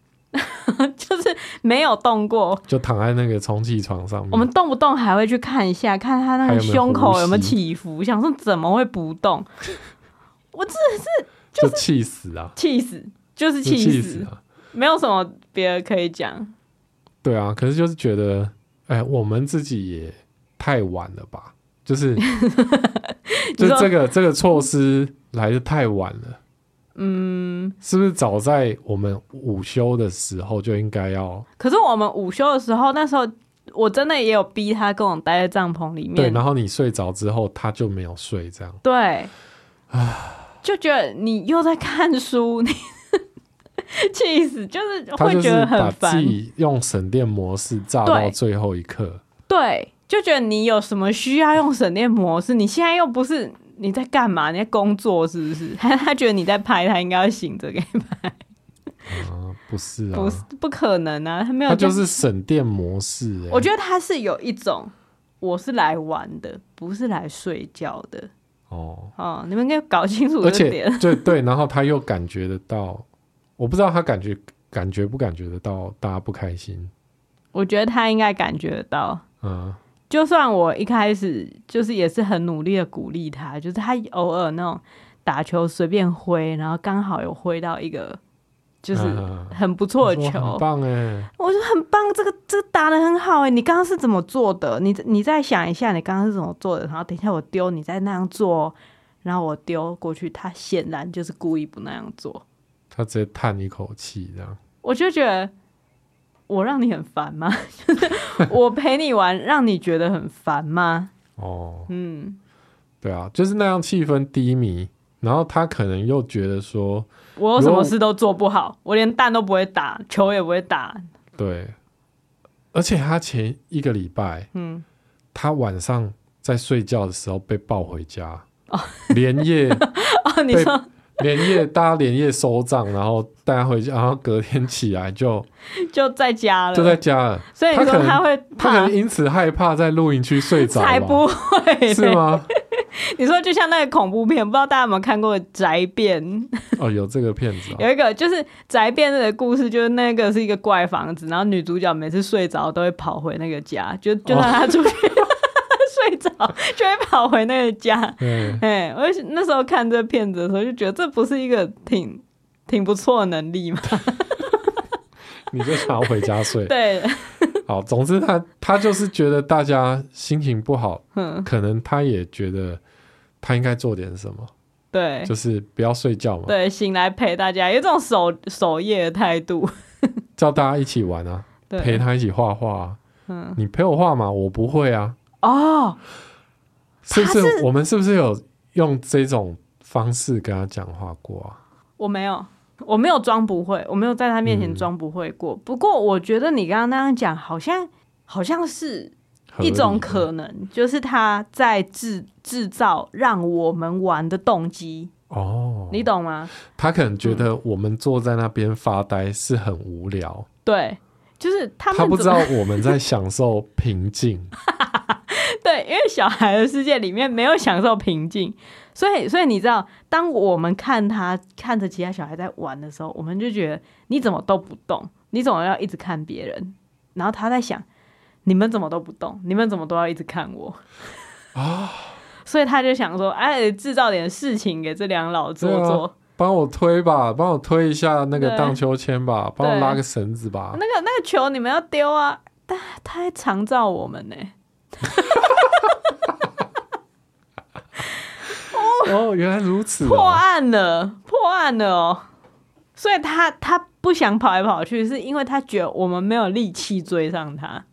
[SPEAKER 1] 就是没有动过。
[SPEAKER 2] 就躺在那个充气床上面。
[SPEAKER 1] 我们动不动还会去看一下，看他那
[SPEAKER 2] 还
[SPEAKER 1] 个
[SPEAKER 2] 有没有
[SPEAKER 1] 胸口
[SPEAKER 2] 呼
[SPEAKER 1] 有没有
[SPEAKER 2] 吸
[SPEAKER 1] 起伏，想说怎么会不动？我真的是
[SPEAKER 2] 就气死啊，
[SPEAKER 1] 气死，就是
[SPEAKER 2] 就
[SPEAKER 1] 气
[SPEAKER 2] 死
[SPEAKER 1] 死，
[SPEAKER 2] 啊！
[SPEAKER 1] 没有什么别的可以讲。
[SPEAKER 2] 对啊，可是就是觉得，哎，我们自己也太晚了吧？就是， 就
[SPEAKER 1] 你说
[SPEAKER 2] 这个这个措施来的太晚了。嗯，是不是早在我们午休的时候就应该要
[SPEAKER 1] 可是我们午休的时候，那时候我真的也有逼他跟我待在帐篷里
[SPEAKER 2] 对？
[SPEAKER 1] 面，
[SPEAKER 2] 然后你睡着之后，他就没有睡，这样
[SPEAKER 1] 对，就觉得你又在看书，你 气死，就是
[SPEAKER 2] 他
[SPEAKER 1] 会
[SPEAKER 2] 就是
[SPEAKER 1] 觉得
[SPEAKER 2] 把
[SPEAKER 1] 很
[SPEAKER 2] 自
[SPEAKER 1] 烦。
[SPEAKER 2] 己用省电模式炸
[SPEAKER 1] 对
[SPEAKER 2] 到最后一刻。
[SPEAKER 1] 对，就觉得你有什么需要用省电模式，你现在又不是你在干嘛？你在工作是不是？ 他他觉得你在拍，他应该要醒着给你，
[SPEAKER 2] 啊，不是啊，
[SPEAKER 1] 不是不可能啊，他没有
[SPEAKER 2] 他
[SPEAKER 1] 这样。
[SPEAKER 2] 就是省电模式、欸。
[SPEAKER 1] 我觉得他是有一种，我是来玩的，不是来睡觉的
[SPEAKER 2] 哦，
[SPEAKER 1] 哦。你们应该搞清楚这
[SPEAKER 2] 而且
[SPEAKER 1] 点。
[SPEAKER 2] 对对，然后他又感觉得到，我不知道他感觉感觉不感觉得到大家不开心，
[SPEAKER 1] 我觉得他应该感觉到，
[SPEAKER 2] 嗯，
[SPEAKER 1] 就算我一开始就是也是很努力的鼓励他，就是他偶尔那种打球随便挥，然后刚好有挥到一个就是
[SPEAKER 2] 嗯
[SPEAKER 1] 很不错的
[SPEAKER 2] 我
[SPEAKER 1] 球，
[SPEAKER 2] 说很棒哎，
[SPEAKER 1] 我说很棒，这个这个打的很好哎，你刚刚是怎么做的？你你再想一下，你刚刚是怎么做的？然后等一下我丢，你再那样做哦，然后我丢过去，他显然就是故意不那样做。
[SPEAKER 2] 他直接叹一口气这样，
[SPEAKER 1] 我就觉得我让你很烦吗？ 就是我陪你玩，让你觉得很烦吗？
[SPEAKER 2] 哦，
[SPEAKER 1] 嗯，
[SPEAKER 2] 对啊，就是那样气氛低迷，然后他可能又觉得说，
[SPEAKER 1] 我有什么事都做不好，我连蛋都不会打，球也不会打。
[SPEAKER 2] 对，而且他前一个礼拜，
[SPEAKER 1] 嗯，
[SPEAKER 2] 他晚上在睡觉的时候被抱回家，连夜。
[SPEAKER 1] 哦，你
[SPEAKER 2] 被
[SPEAKER 1] 说
[SPEAKER 2] 连夜大家连夜收账，然后带他回家，然后隔天起来就
[SPEAKER 1] 就在家了，
[SPEAKER 2] 就在家了。
[SPEAKER 1] 所以你
[SPEAKER 2] 他
[SPEAKER 1] 说
[SPEAKER 2] 可能
[SPEAKER 1] 他会
[SPEAKER 2] 他可
[SPEAKER 1] 呃怕
[SPEAKER 2] 能。因此害怕在露营区睡着吧，
[SPEAKER 1] 才不会嘞，
[SPEAKER 2] 是吗？
[SPEAKER 1] 你说就像那个恐怖片，不知道大家有没有看过《宅变》？
[SPEAKER 2] 哦，有这个骗子、哦，
[SPEAKER 1] 有一个就是《宅变》的故事，就是那个是一个怪房子，然后女主角每次睡着都会跑回那个家，就就让
[SPEAKER 2] 哦
[SPEAKER 1] 她出去、 睡着，就会跑回那个家。
[SPEAKER 2] 对，
[SPEAKER 1] 哎，我就那时候看这片子的时候，就觉得这不是一个挺挺不错的能力嘛？
[SPEAKER 2] 你就想要回家 睡。
[SPEAKER 1] 对，
[SPEAKER 2] 好，总之他他就是觉得大家心情不好，
[SPEAKER 1] 嗯，
[SPEAKER 2] 可能他也觉得他应该做点什么，
[SPEAKER 1] 对。
[SPEAKER 2] 就是不要睡觉嘛，
[SPEAKER 1] 对，醒来陪大家，有这种守守夜的态度。
[SPEAKER 2] 叫大家一起玩啊，
[SPEAKER 1] 对，
[SPEAKER 2] 陪他一起画画、啊。
[SPEAKER 1] 嗯，
[SPEAKER 2] 你陪我画嘛，我不会啊，
[SPEAKER 1] 哦，
[SPEAKER 2] 是不
[SPEAKER 1] 他
[SPEAKER 2] 是？我们是不是有用这种方式跟他讲话过啊？
[SPEAKER 1] 我没有，我没有装不会，我没有在他面前装不会过。不过我觉得你刚刚那样讲，好像好像是
[SPEAKER 2] 合
[SPEAKER 1] 一
[SPEAKER 2] 理
[SPEAKER 1] 种
[SPEAKER 2] 的
[SPEAKER 1] 可能，就是他在制制造让我们玩的动机，
[SPEAKER 2] 哦，
[SPEAKER 1] 你懂吗？
[SPEAKER 2] 他可能觉得我们坐在那边发呆是很无聊，
[SPEAKER 1] 对，就是他
[SPEAKER 2] 他不
[SPEAKER 1] 们
[SPEAKER 2] 知
[SPEAKER 1] 怎
[SPEAKER 2] 道
[SPEAKER 1] 么
[SPEAKER 2] 我们在享受 平静。
[SPEAKER 1] 对，因为小孩的世界里面没有享受平静，所以所以你知道，当我们看他看着其他小孩在玩的时候，我们就觉得你怎么都不动，你总要一直看别人，然后他在想你们怎么都不动，你们怎么都要一直看我啊。 所以他就想说，哎，制造点事情给这两老做做。
[SPEAKER 2] 帮我推吧，帮我推一下那个
[SPEAKER 1] 对
[SPEAKER 2] 荡秋千吧，帮我
[SPEAKER 1] 对
[SPEAKER 2] 拉个绳子吧
[SPEAKER 1] 那。个那个球你们要丢啊，但他还常照我们呢、
[SPEAKER 2] 哦，原来如此、
[SPEAKER 1] 破
[SPEAKER 2] 哦。
[SPEAKER 1] 案了，破案了哦！所以他他不想跑来跑去，是因为他觉得我们没有力气追上 他。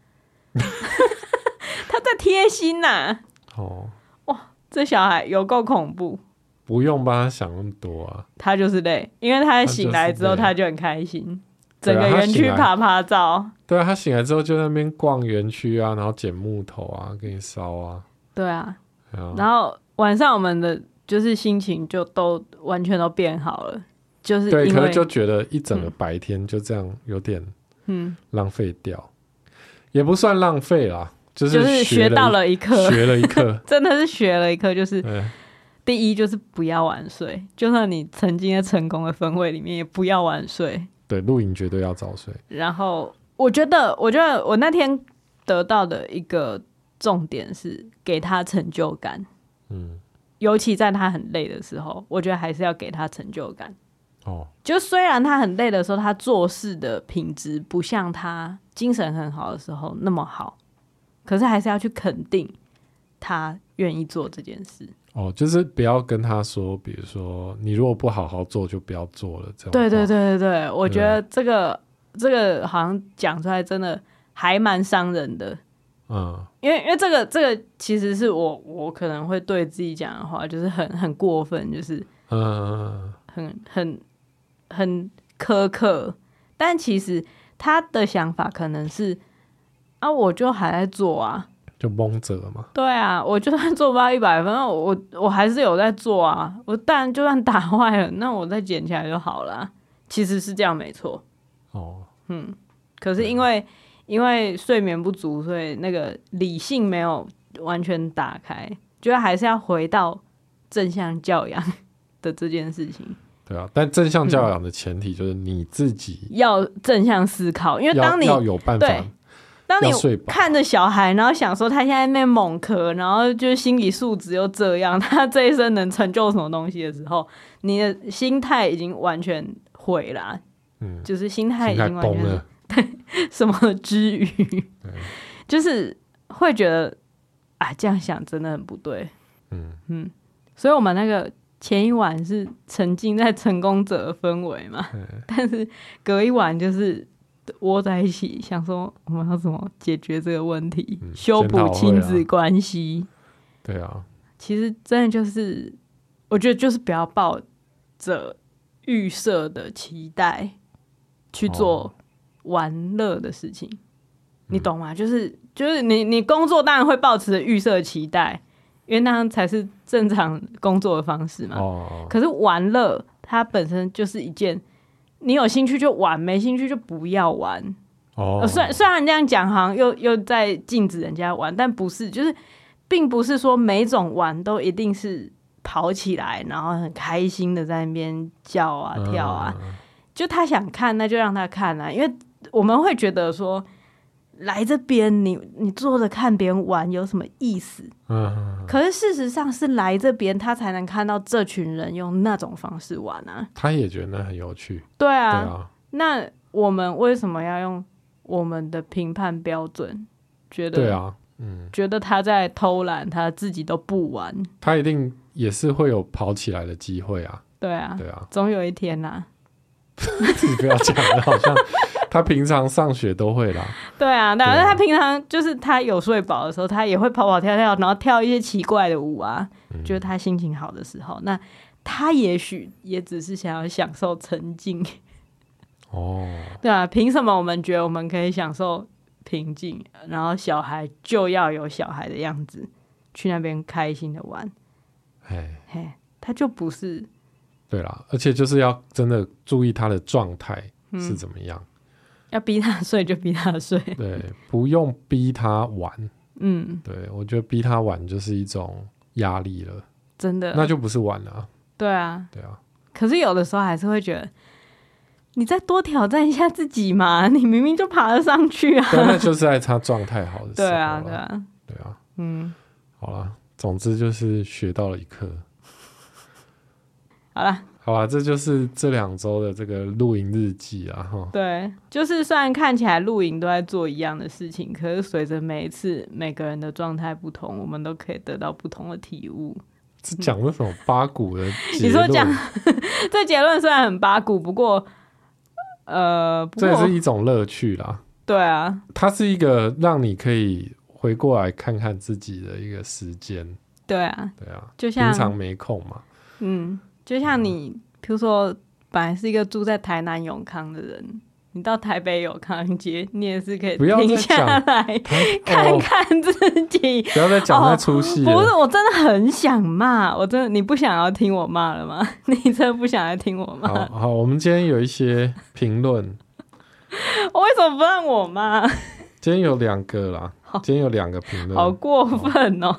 [SPEAKER 1] 他在贴心呐、
[SPEAKER 2] 哦，
[SPEAKER 1] 这小孩有够恐怖，
[SPEAKER 2] 不用帮他想那么多啊。
[SPEAKER 1] 他就是累，因为他
[SPEAKER 2] 他就是
[SPEAKER 1] 醒来之后
[SPEAKER 2] 累
[SPEAKER 1] 他就很开心，
[SPEAKER 2] 对
[SPEAKER 1] 整
[SPEAKER 2] 啊
[SPEAKER 1] 个
[SPEAKER 2] 他
[SPEAKER 1] 园
[SPEAKER 2] 醒
[SPEAKER 1] 区
[SPEAKER 2] 来
[SPEAKER 1] 爬爬照。
[SPEAKER 2] 对啊，他醒来之后就在那边逛园区啊，然后捡木头啊，给你烧啊。
[SPEAKER 1] 对啊，
[SPEAKER 2] 对啊
[SPEAKER 1] 然后晚上我们的就是心情就都完全都变好了，就是
[SPEAKER 2] 对，
[SPEAKER 1] 因
[SPEAKER 2] 可
[SPEAKER 1] 为
[SPEAKER 2] 是就觉得一整个白天就这样有点
[SPEAKER 1] 嗯，
[SPEAKER 2] 浪费掉，也不算浪费啦，就
[SPEAKER 1] 就是
[SPEAKER 2] 是
[SPEAKER 1] 学
[SPEAKER 2] 了
[SPEAKER 1] 到
[SPEAKER 2] 一
[SPEAKER 1] 了一课，。
[SPEAKER 2] 学了一课
[SPEAKER 1] 真的是学了一课，就是
[SPEAKER 2] 对，
[SPEAKER 1] 第一就是不要晚睡，就算你曾经在成功的氛围里面，也不要晚睡。
[SPEAKER 2] 对，露营绝对要早睡。
[SPEAKER 1] 然后我觉得，我觉得我那天得到的一个重点是给他成就感，
[SPEAKER 2] 嗯，
[SPEAKER 1] 尤其在他很累的时候，我觉得还是要给他成就感。
[SPEAKER 2] 哦，
[SPEAKER 1] 就虽然他很累的时候，他做事的品质不像他精神很好的时候那么好，可是还是要去肯定他愿意做这件事。
[SPEAKER 2] 哦，就是不要跟他说，比如说你如果不好好做，就不要做了这样。
[SPEAKER 1] 对对，对对对，我
[SPEAKER 2] 对
[SPEAKER 1] 觉得这个这个好像讲出来真的还蛮伤人的，
[SPEAKER 2] 嗯，
[SPEAKER 1] 因为因为这个这个其实是我我可能会对自己讲的话，就是很很过分，就是
[SPEAKER 2] 嗯，
[SPEAKER 1] 很很很苛刻，但其实他的想法可能是啊，我就还在做啊，
[SPEAKER 2] 就蒙着嘛。
[SPEAKER 1] 对啊，我就算做不到一百分，我我我还是有在做啊，我当然就算打坏了，那我再捡起来就好了啊，其实是这样没错。
[SPEAKER 2] 哦，
[SPEAKER 1] 可是因为因为睡眠不足，所以那个理性没有完全打开，觉得还是要回到正向教养的这件事情，
[SPEAKER 2] 对啊，但正向教养的前提就是你自己
[SPEAKER 1] 要正向思考，因为
[SPEAKER 2] 要
[SPEAKER 1] 当你
[SPEAKER 2] 要有办法
[SPEAKER 1] 对，当你
[SPEAKER 2] 要睡饱
[SPEAKER 1] 看着小孩，然后想说他现在被猛咳，然后就是心理素质又这样，他这一生能成就什么东西的时候，你的心态已经完全毁了啊，
[SPEAKER 2] 嗯，
[SPEAKER 1] 就是心态已
[SPEAKER 2] 心态
[SPEAKER 1] 经完
[SPEAKER 2] 崩
[SPEAKER 1] 全
[SPEAKER 2] 了。
[SPEAKER 1] 什么之余，就是会觉得啊，这样想真的很不对。
[SPEAKER 2] 嗯
[SPEAKER 1] 所以我们那个前一晚是沉浸在成功者的氛围嘛，但是隔一晚就是窝在一起，想说我们要怎么解决这个问题，
[SPEAKER 2] 嗯
[SPEAKER 1] 修
[SPEAKER 2] 检讨
[SPEAKER 1] 补
[SPEAKER 2] 会啊
[SPEAKER 1] 亲子关系。
[SPEAKER 2] 对啊，
[SPEAKER 1] 其实真的就是，我觉得就是不要抱着预设的期待去做玩乐的事情，你懂吗？就是就是你你工作当然会抱持着预设期待，因为那样才是正常工作的方式嘛。
[SPEAKER 2] 哦，
[SPEAKER 1] 可是玩乐它本身就是一件，你有兴趣就玩，没兴趣就不要玩。
[SPEAKER 2] 哦
[SPEAKER 1] 呃，虽然虽然这样讲，好像又又在禁止人家玩，但不是，就是并不是说每种玩都一定是跑起来，然后很开心的在那边叫啊
[SPEAKER 2] 嗯
[SPEAKER 1] 跳啊。就他想看，那就让他看啊，因为我们会觉得说，来这边你你坐着看别人玩有什么意思？
[SPEAKER 2] 嗯，
[SPEAKER 1] 可是事实上是来这边他才能看到这群人用那种方式玩啊。
[SPEAKER 2] 他也觉得那很有趣。
[SPEAKER 1] 对
[SPEAKER 2] 对
[SPEAKER 1] 啊，
[SPEAKER 2] 啊，
[SPEAKER 1] 那我们为什么要用我们的评判标准？觉得
[SPEAKER 2] 对啊，嗯，
[SPEAKER 1] 觉得他在偷懒，他自己都不玩。
[SPEAKER 2] 他一定也是会有跑起来的机会啊。
[SPEAKER 1] 对啊，
[SPEAKER 2] 对啊，
[SPEAKER 1] 总有一天啦。
[SPEAKER 2] 自己不要讲了，好像 他平常上学都会啦。
[SPEAKER 1] 对啊，
[SPEAKER 2] 啊
[SPEAKER 1] 但是他平常就是他有睡饱的时候，
[SPEAKER 2] 嗯
[SPEAKER 1] 他也会跑跑跳跳，然后跳一些奇怪的舞啊，就是他心情好的时候。那他也许也只是想要享受沉静，
[SPEAKER 2] 哦，
[SPEAKER 1] 对啊，凭什么我们觉得我们可以享受平静，然后小孩就要有小孩的样子，去那边开心的玩？
[SPEAKER 2] 哎，
[SPEAKER 1] 嘿，他就不是
[SPEAKER 2] 对啦，而且就是要真的注意他的状态
[SPEAKER 1] 嗯
[SPEAKER 2] 是怎么样，
[SPEAKER 1] 要逼他睡就逼他睡，
[SPEAKER 2] 对，不用逼他玩，
[SPEAKER 1] 嗯，
[SPEAKER 2] 对我觉得逼他玩就是一种压力了，
[SPEAKER 1] 真的，
[SPEAKER 2] 那就不是玩了啊，
[SPEAKER 1] 对啊。
[SPEAKER 2] 对啊，
[SPEAKER 1] 可是有的时候还是会觉得，你再多挑战一下自己嘛， 你明明就爬得上去啊。
[SPEAKER 2] 对，那就是在他状态好的时 候
[SPEAKER 1] 对
[SPEAKER 2] 啦，
[SPEAKER 1] 啊，对啊，
[SPEAKER 2] 对啊，
[SPEAKER 1] 嗯，
[SPEAKER 2] 好啦，总之就是学到了一课。
[SPEAKER 1] 好啦，
[SPEAKER 2] 好啦，这就是这两周的这个露营日记啊，哈，
[SPEAKER 1] 对，就是虽然看起来露营都在做一样的事情，可是随着每一次每个人的状态不同，我们都可以得到不同的体悟。
[SPEAKER 2] 这讲了什么八股的结
[SPEAKER 1] 你说
[SPEAKER 2] 论？
[SPEAKER 1] 讲这结论虽然很八股，不过，呃，不
[SPEAKER 2] 这也
[SPEAKER 1] 过
[SPEAKER 2] 是一种乐趣啦，
[SPEAKER 1] 对啊，
[SPEAKER 2] 它是一个让你可以回过来看看自己的一个时间，
[SPEAKER 1] 对啊，
[SPEAKER 2] 对啊，
[SPEAKER 1] 就
[SPEAKER 2] 平
[SPEAKER 1] 像
[SPEAKER 2] 常没空 嘛，
[SPEAKER 1] 嗯，就像你，比如说，本来是一个住在台南永康的人，你到台北永康街，你也是可以
[SPEAKER 2] 不要再
[SPEAKER 1] 停下
[SPEAKER 2] 讲
[SPEAKER 1] 来看
[SPEAKER 2] 哦啊
[SPEAKER 1] 看自己。
[SPEAKER 2] 不要再讲那出戏了，
[SPEAKER 1] 不是，我真的很想骂，我真的，你不想要听我骂了吗？ 你真的不想要听我骂？
[SPEAKER 2] 好好，我们今天有一些评论，
[SPEAKER 1] 我为什么不让我骂？
[SPEAKER 2] 今天有两个啦，今天有两个评论，
[SPEAKER 1] 好过分哦！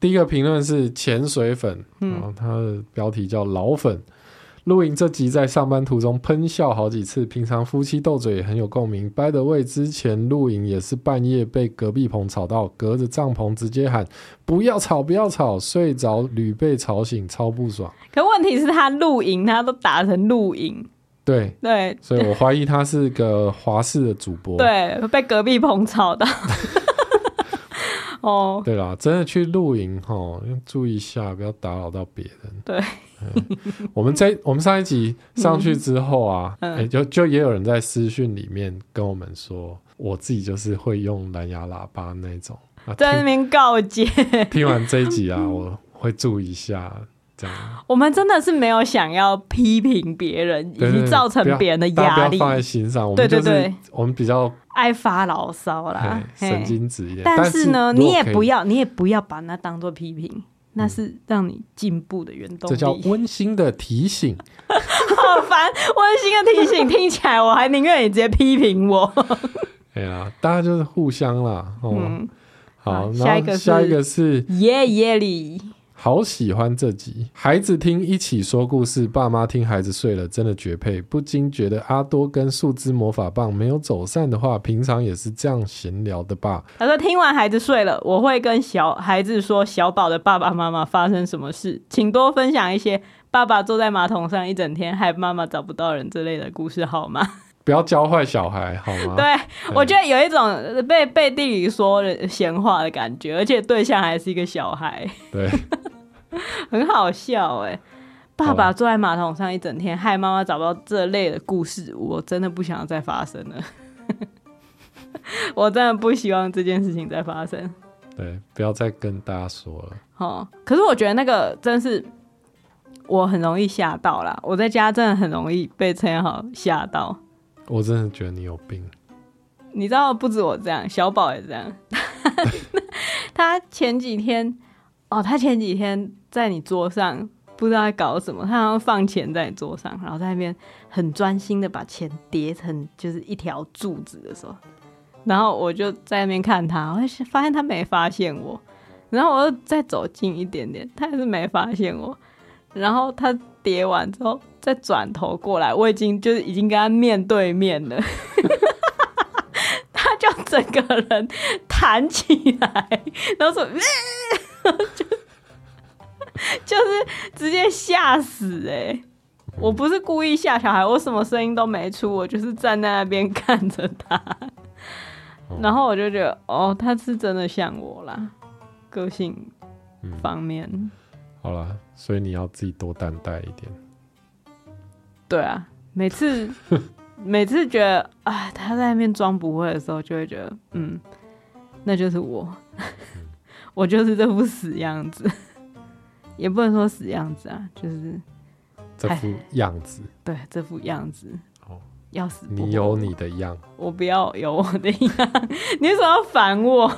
[SPEAKER 2] 第一个评论是潜水粉，然后他的标题叫老粉。露营这集在上班途中喷笑好几次，平常夫妻斗嘴也很有共鸣。By the way，之前露营也是半夜被隔壁棚吵到，隔着帐篷直接喊“不要吵，不要吵”，睡着屡被吵醒，超不爽。
[SPEAKER 1] 可问题是，他露营，他都打成露营，
[SPEAKER 2] 对，
[SPEAKER 1] 对
[SPEAKER 2] 所以我怀疑他是个华视的主 播。
[SPEAKER 1] 对，被隔壁棚吵 到。哦，
[SPEAKER 2] 对啦，真的去露营哈，要注意一下，不要打扰到别人。
[SPEAKER 1] 对
[SPEAKER 2] 嗯，我 们在我们上一集上去之后啊，
[SPEAKER 1] 嗯嗯
[SPEAKER 2] 诶就就也有人在私讯里面跟我们说，我自己就是会用蓝牙喇叭那种。啊，
[SPEAKER 1] 在那
[SPEAKER 2] 听
[SPEAKER 1] 边告诫，
[SPEAKER 2] 听完这一 集啊，我会注意一下，这样
[SPEAKER 1] 我们真的是没有想要批评别人，以
[SPEAKER 2] 对
[SPEAKER 1] 及
[SPEAKER 2] 对对
[SPEAKER 1] 造成
[SPEAKER 2] 不要
[SPEAKER 1] 别人的
[SPEAKER 2] 大家
[SPEAKER 1] 压
[SPEAKER 2] 不
[SPEAKER 1] 力
[SPEAKER 2] 要，放在心上。我
[SPEAKER 1] 对
[SPEAKER 2] 们
[SPEAKER 1] 对
[SPEAKER 2] 就是
[SPEAKER 1] 对
[SPEAKER 2] 我们比较
[SPEAKER 1] 爱发牢骚啦
[SPEAKER 2] 嘿。
[SPEAKER 1] 嘿
[SPEAKER 2] 神经质一点，
[SPEAKER 1] 但是呢，你也不
[SPEAKER 2] 要，
[SPEAKER 1] 要，你也不要把那当做批评，那是让你进步的原动
[SPEAKER 2] 这叫
[SPEAKER 1] 力。
[SPEAKER 2] 温馨的提醒。
[SPEAKER 1] 好烦，温馨的提醒，听起来我还宁愿你直接批评我。
[SPEAKER 2] 哎呀，大家就是互相啦。哦，
[SPEAKER 1] 嗯，
[SPEAKER 2] 好
[SPEAKER 1] 好，
[SPEAKER 2] 然
[SPEAKER 1] 下一
[SPEAKER 2] 后
[SPEAKER 1] 个
[SPEAKER 2] 下一
[SPEAKER 1] 是
[SPEAKER 2] 个是
[SPEAKER 1] 耶耶里，
[SPEAKER 2] 好喜欢这集，孩子听一起说故事，爸妈听孩子睡了，真的绝配。不禁觉得阿多跟树枝魔法棒没有走散的话，平常也是这样闲聊的吧？
[SPEAKER 1] 他说听完孩子睡了，我会跟小孩子说小宝的爸爸妈妈发生什么事，请多分享一些爸爸坐在马桶上一整天，害妈妈找不到人之类的故事好吗？
[SPEAKER 2] 不要教坏小孩好吗？
[SPEAKER 1] 对，我觉得有一种被被地理说的闲话的感觉，而且对象还是一个小孩，
[SPEAKER 2] 对
[SPEAKER 1] 很好笑哎、爸
[SPEAKER 2] 好
[SPEAKER 1] 爸
[SPEAKER 2] 吧
[SPEAKER 1] 坐在马桶上一整天，害妈妈找不到这类的故事，我真的不想要再发生了。 我真的不希望这件事情再发生。
[SPEAKER 2] 对，不要再跟大家说了。
[SPEAKER 1] 哦，可是我觉得那个真是我很容易吓到啦，我在家真的很容易被陈彦豪吓到。
[SPEAKER 2] 我真的觉得你有病，
[SPEAKER 1] 你知道，不止我这样，小宝也这样。 他前几天，哦，他前几天在你桌上不知道在搞什么，他好像放钱在你桌上，然后在那边很专心的把钱叠成就是一条柱子的时候，然后我就在那边看他，我就发现他没发现我，然后我又再走近一点点，他还是没发现我，然后他叠完之后再转头过来，我已经就是已经跟他面对面了。他就整个人弹起来，然后说，呃、就就是直接吓死哎、我不是故意吓小孩，我什么声音都没出，我就是站在那边看着他，然后我就觉得，哦，他是真的像我啦，个性方面，
[SPEAKER 2] 好了，所以你要自己多担待一点。
[SPEAKER 1] 对啊，每 次每次觉得，啊，他在那边装不会的时候，就会觉得，嗯，
[SPEAKER 2] 嗯
[SPEAKER 1] 那就是我，我就是这副死样子。也不能说死样子啊，就是
[SPEAKER 2] 这副样子，
[SPEAKER 1] 对这副样子。
[SPEAKER 2] 哦
[SPEAKER 1] 要死不活
[SPEAKER 2] 你有你的样，
[SPEAKER 1] 我不要有我的样，你为什么要烦我？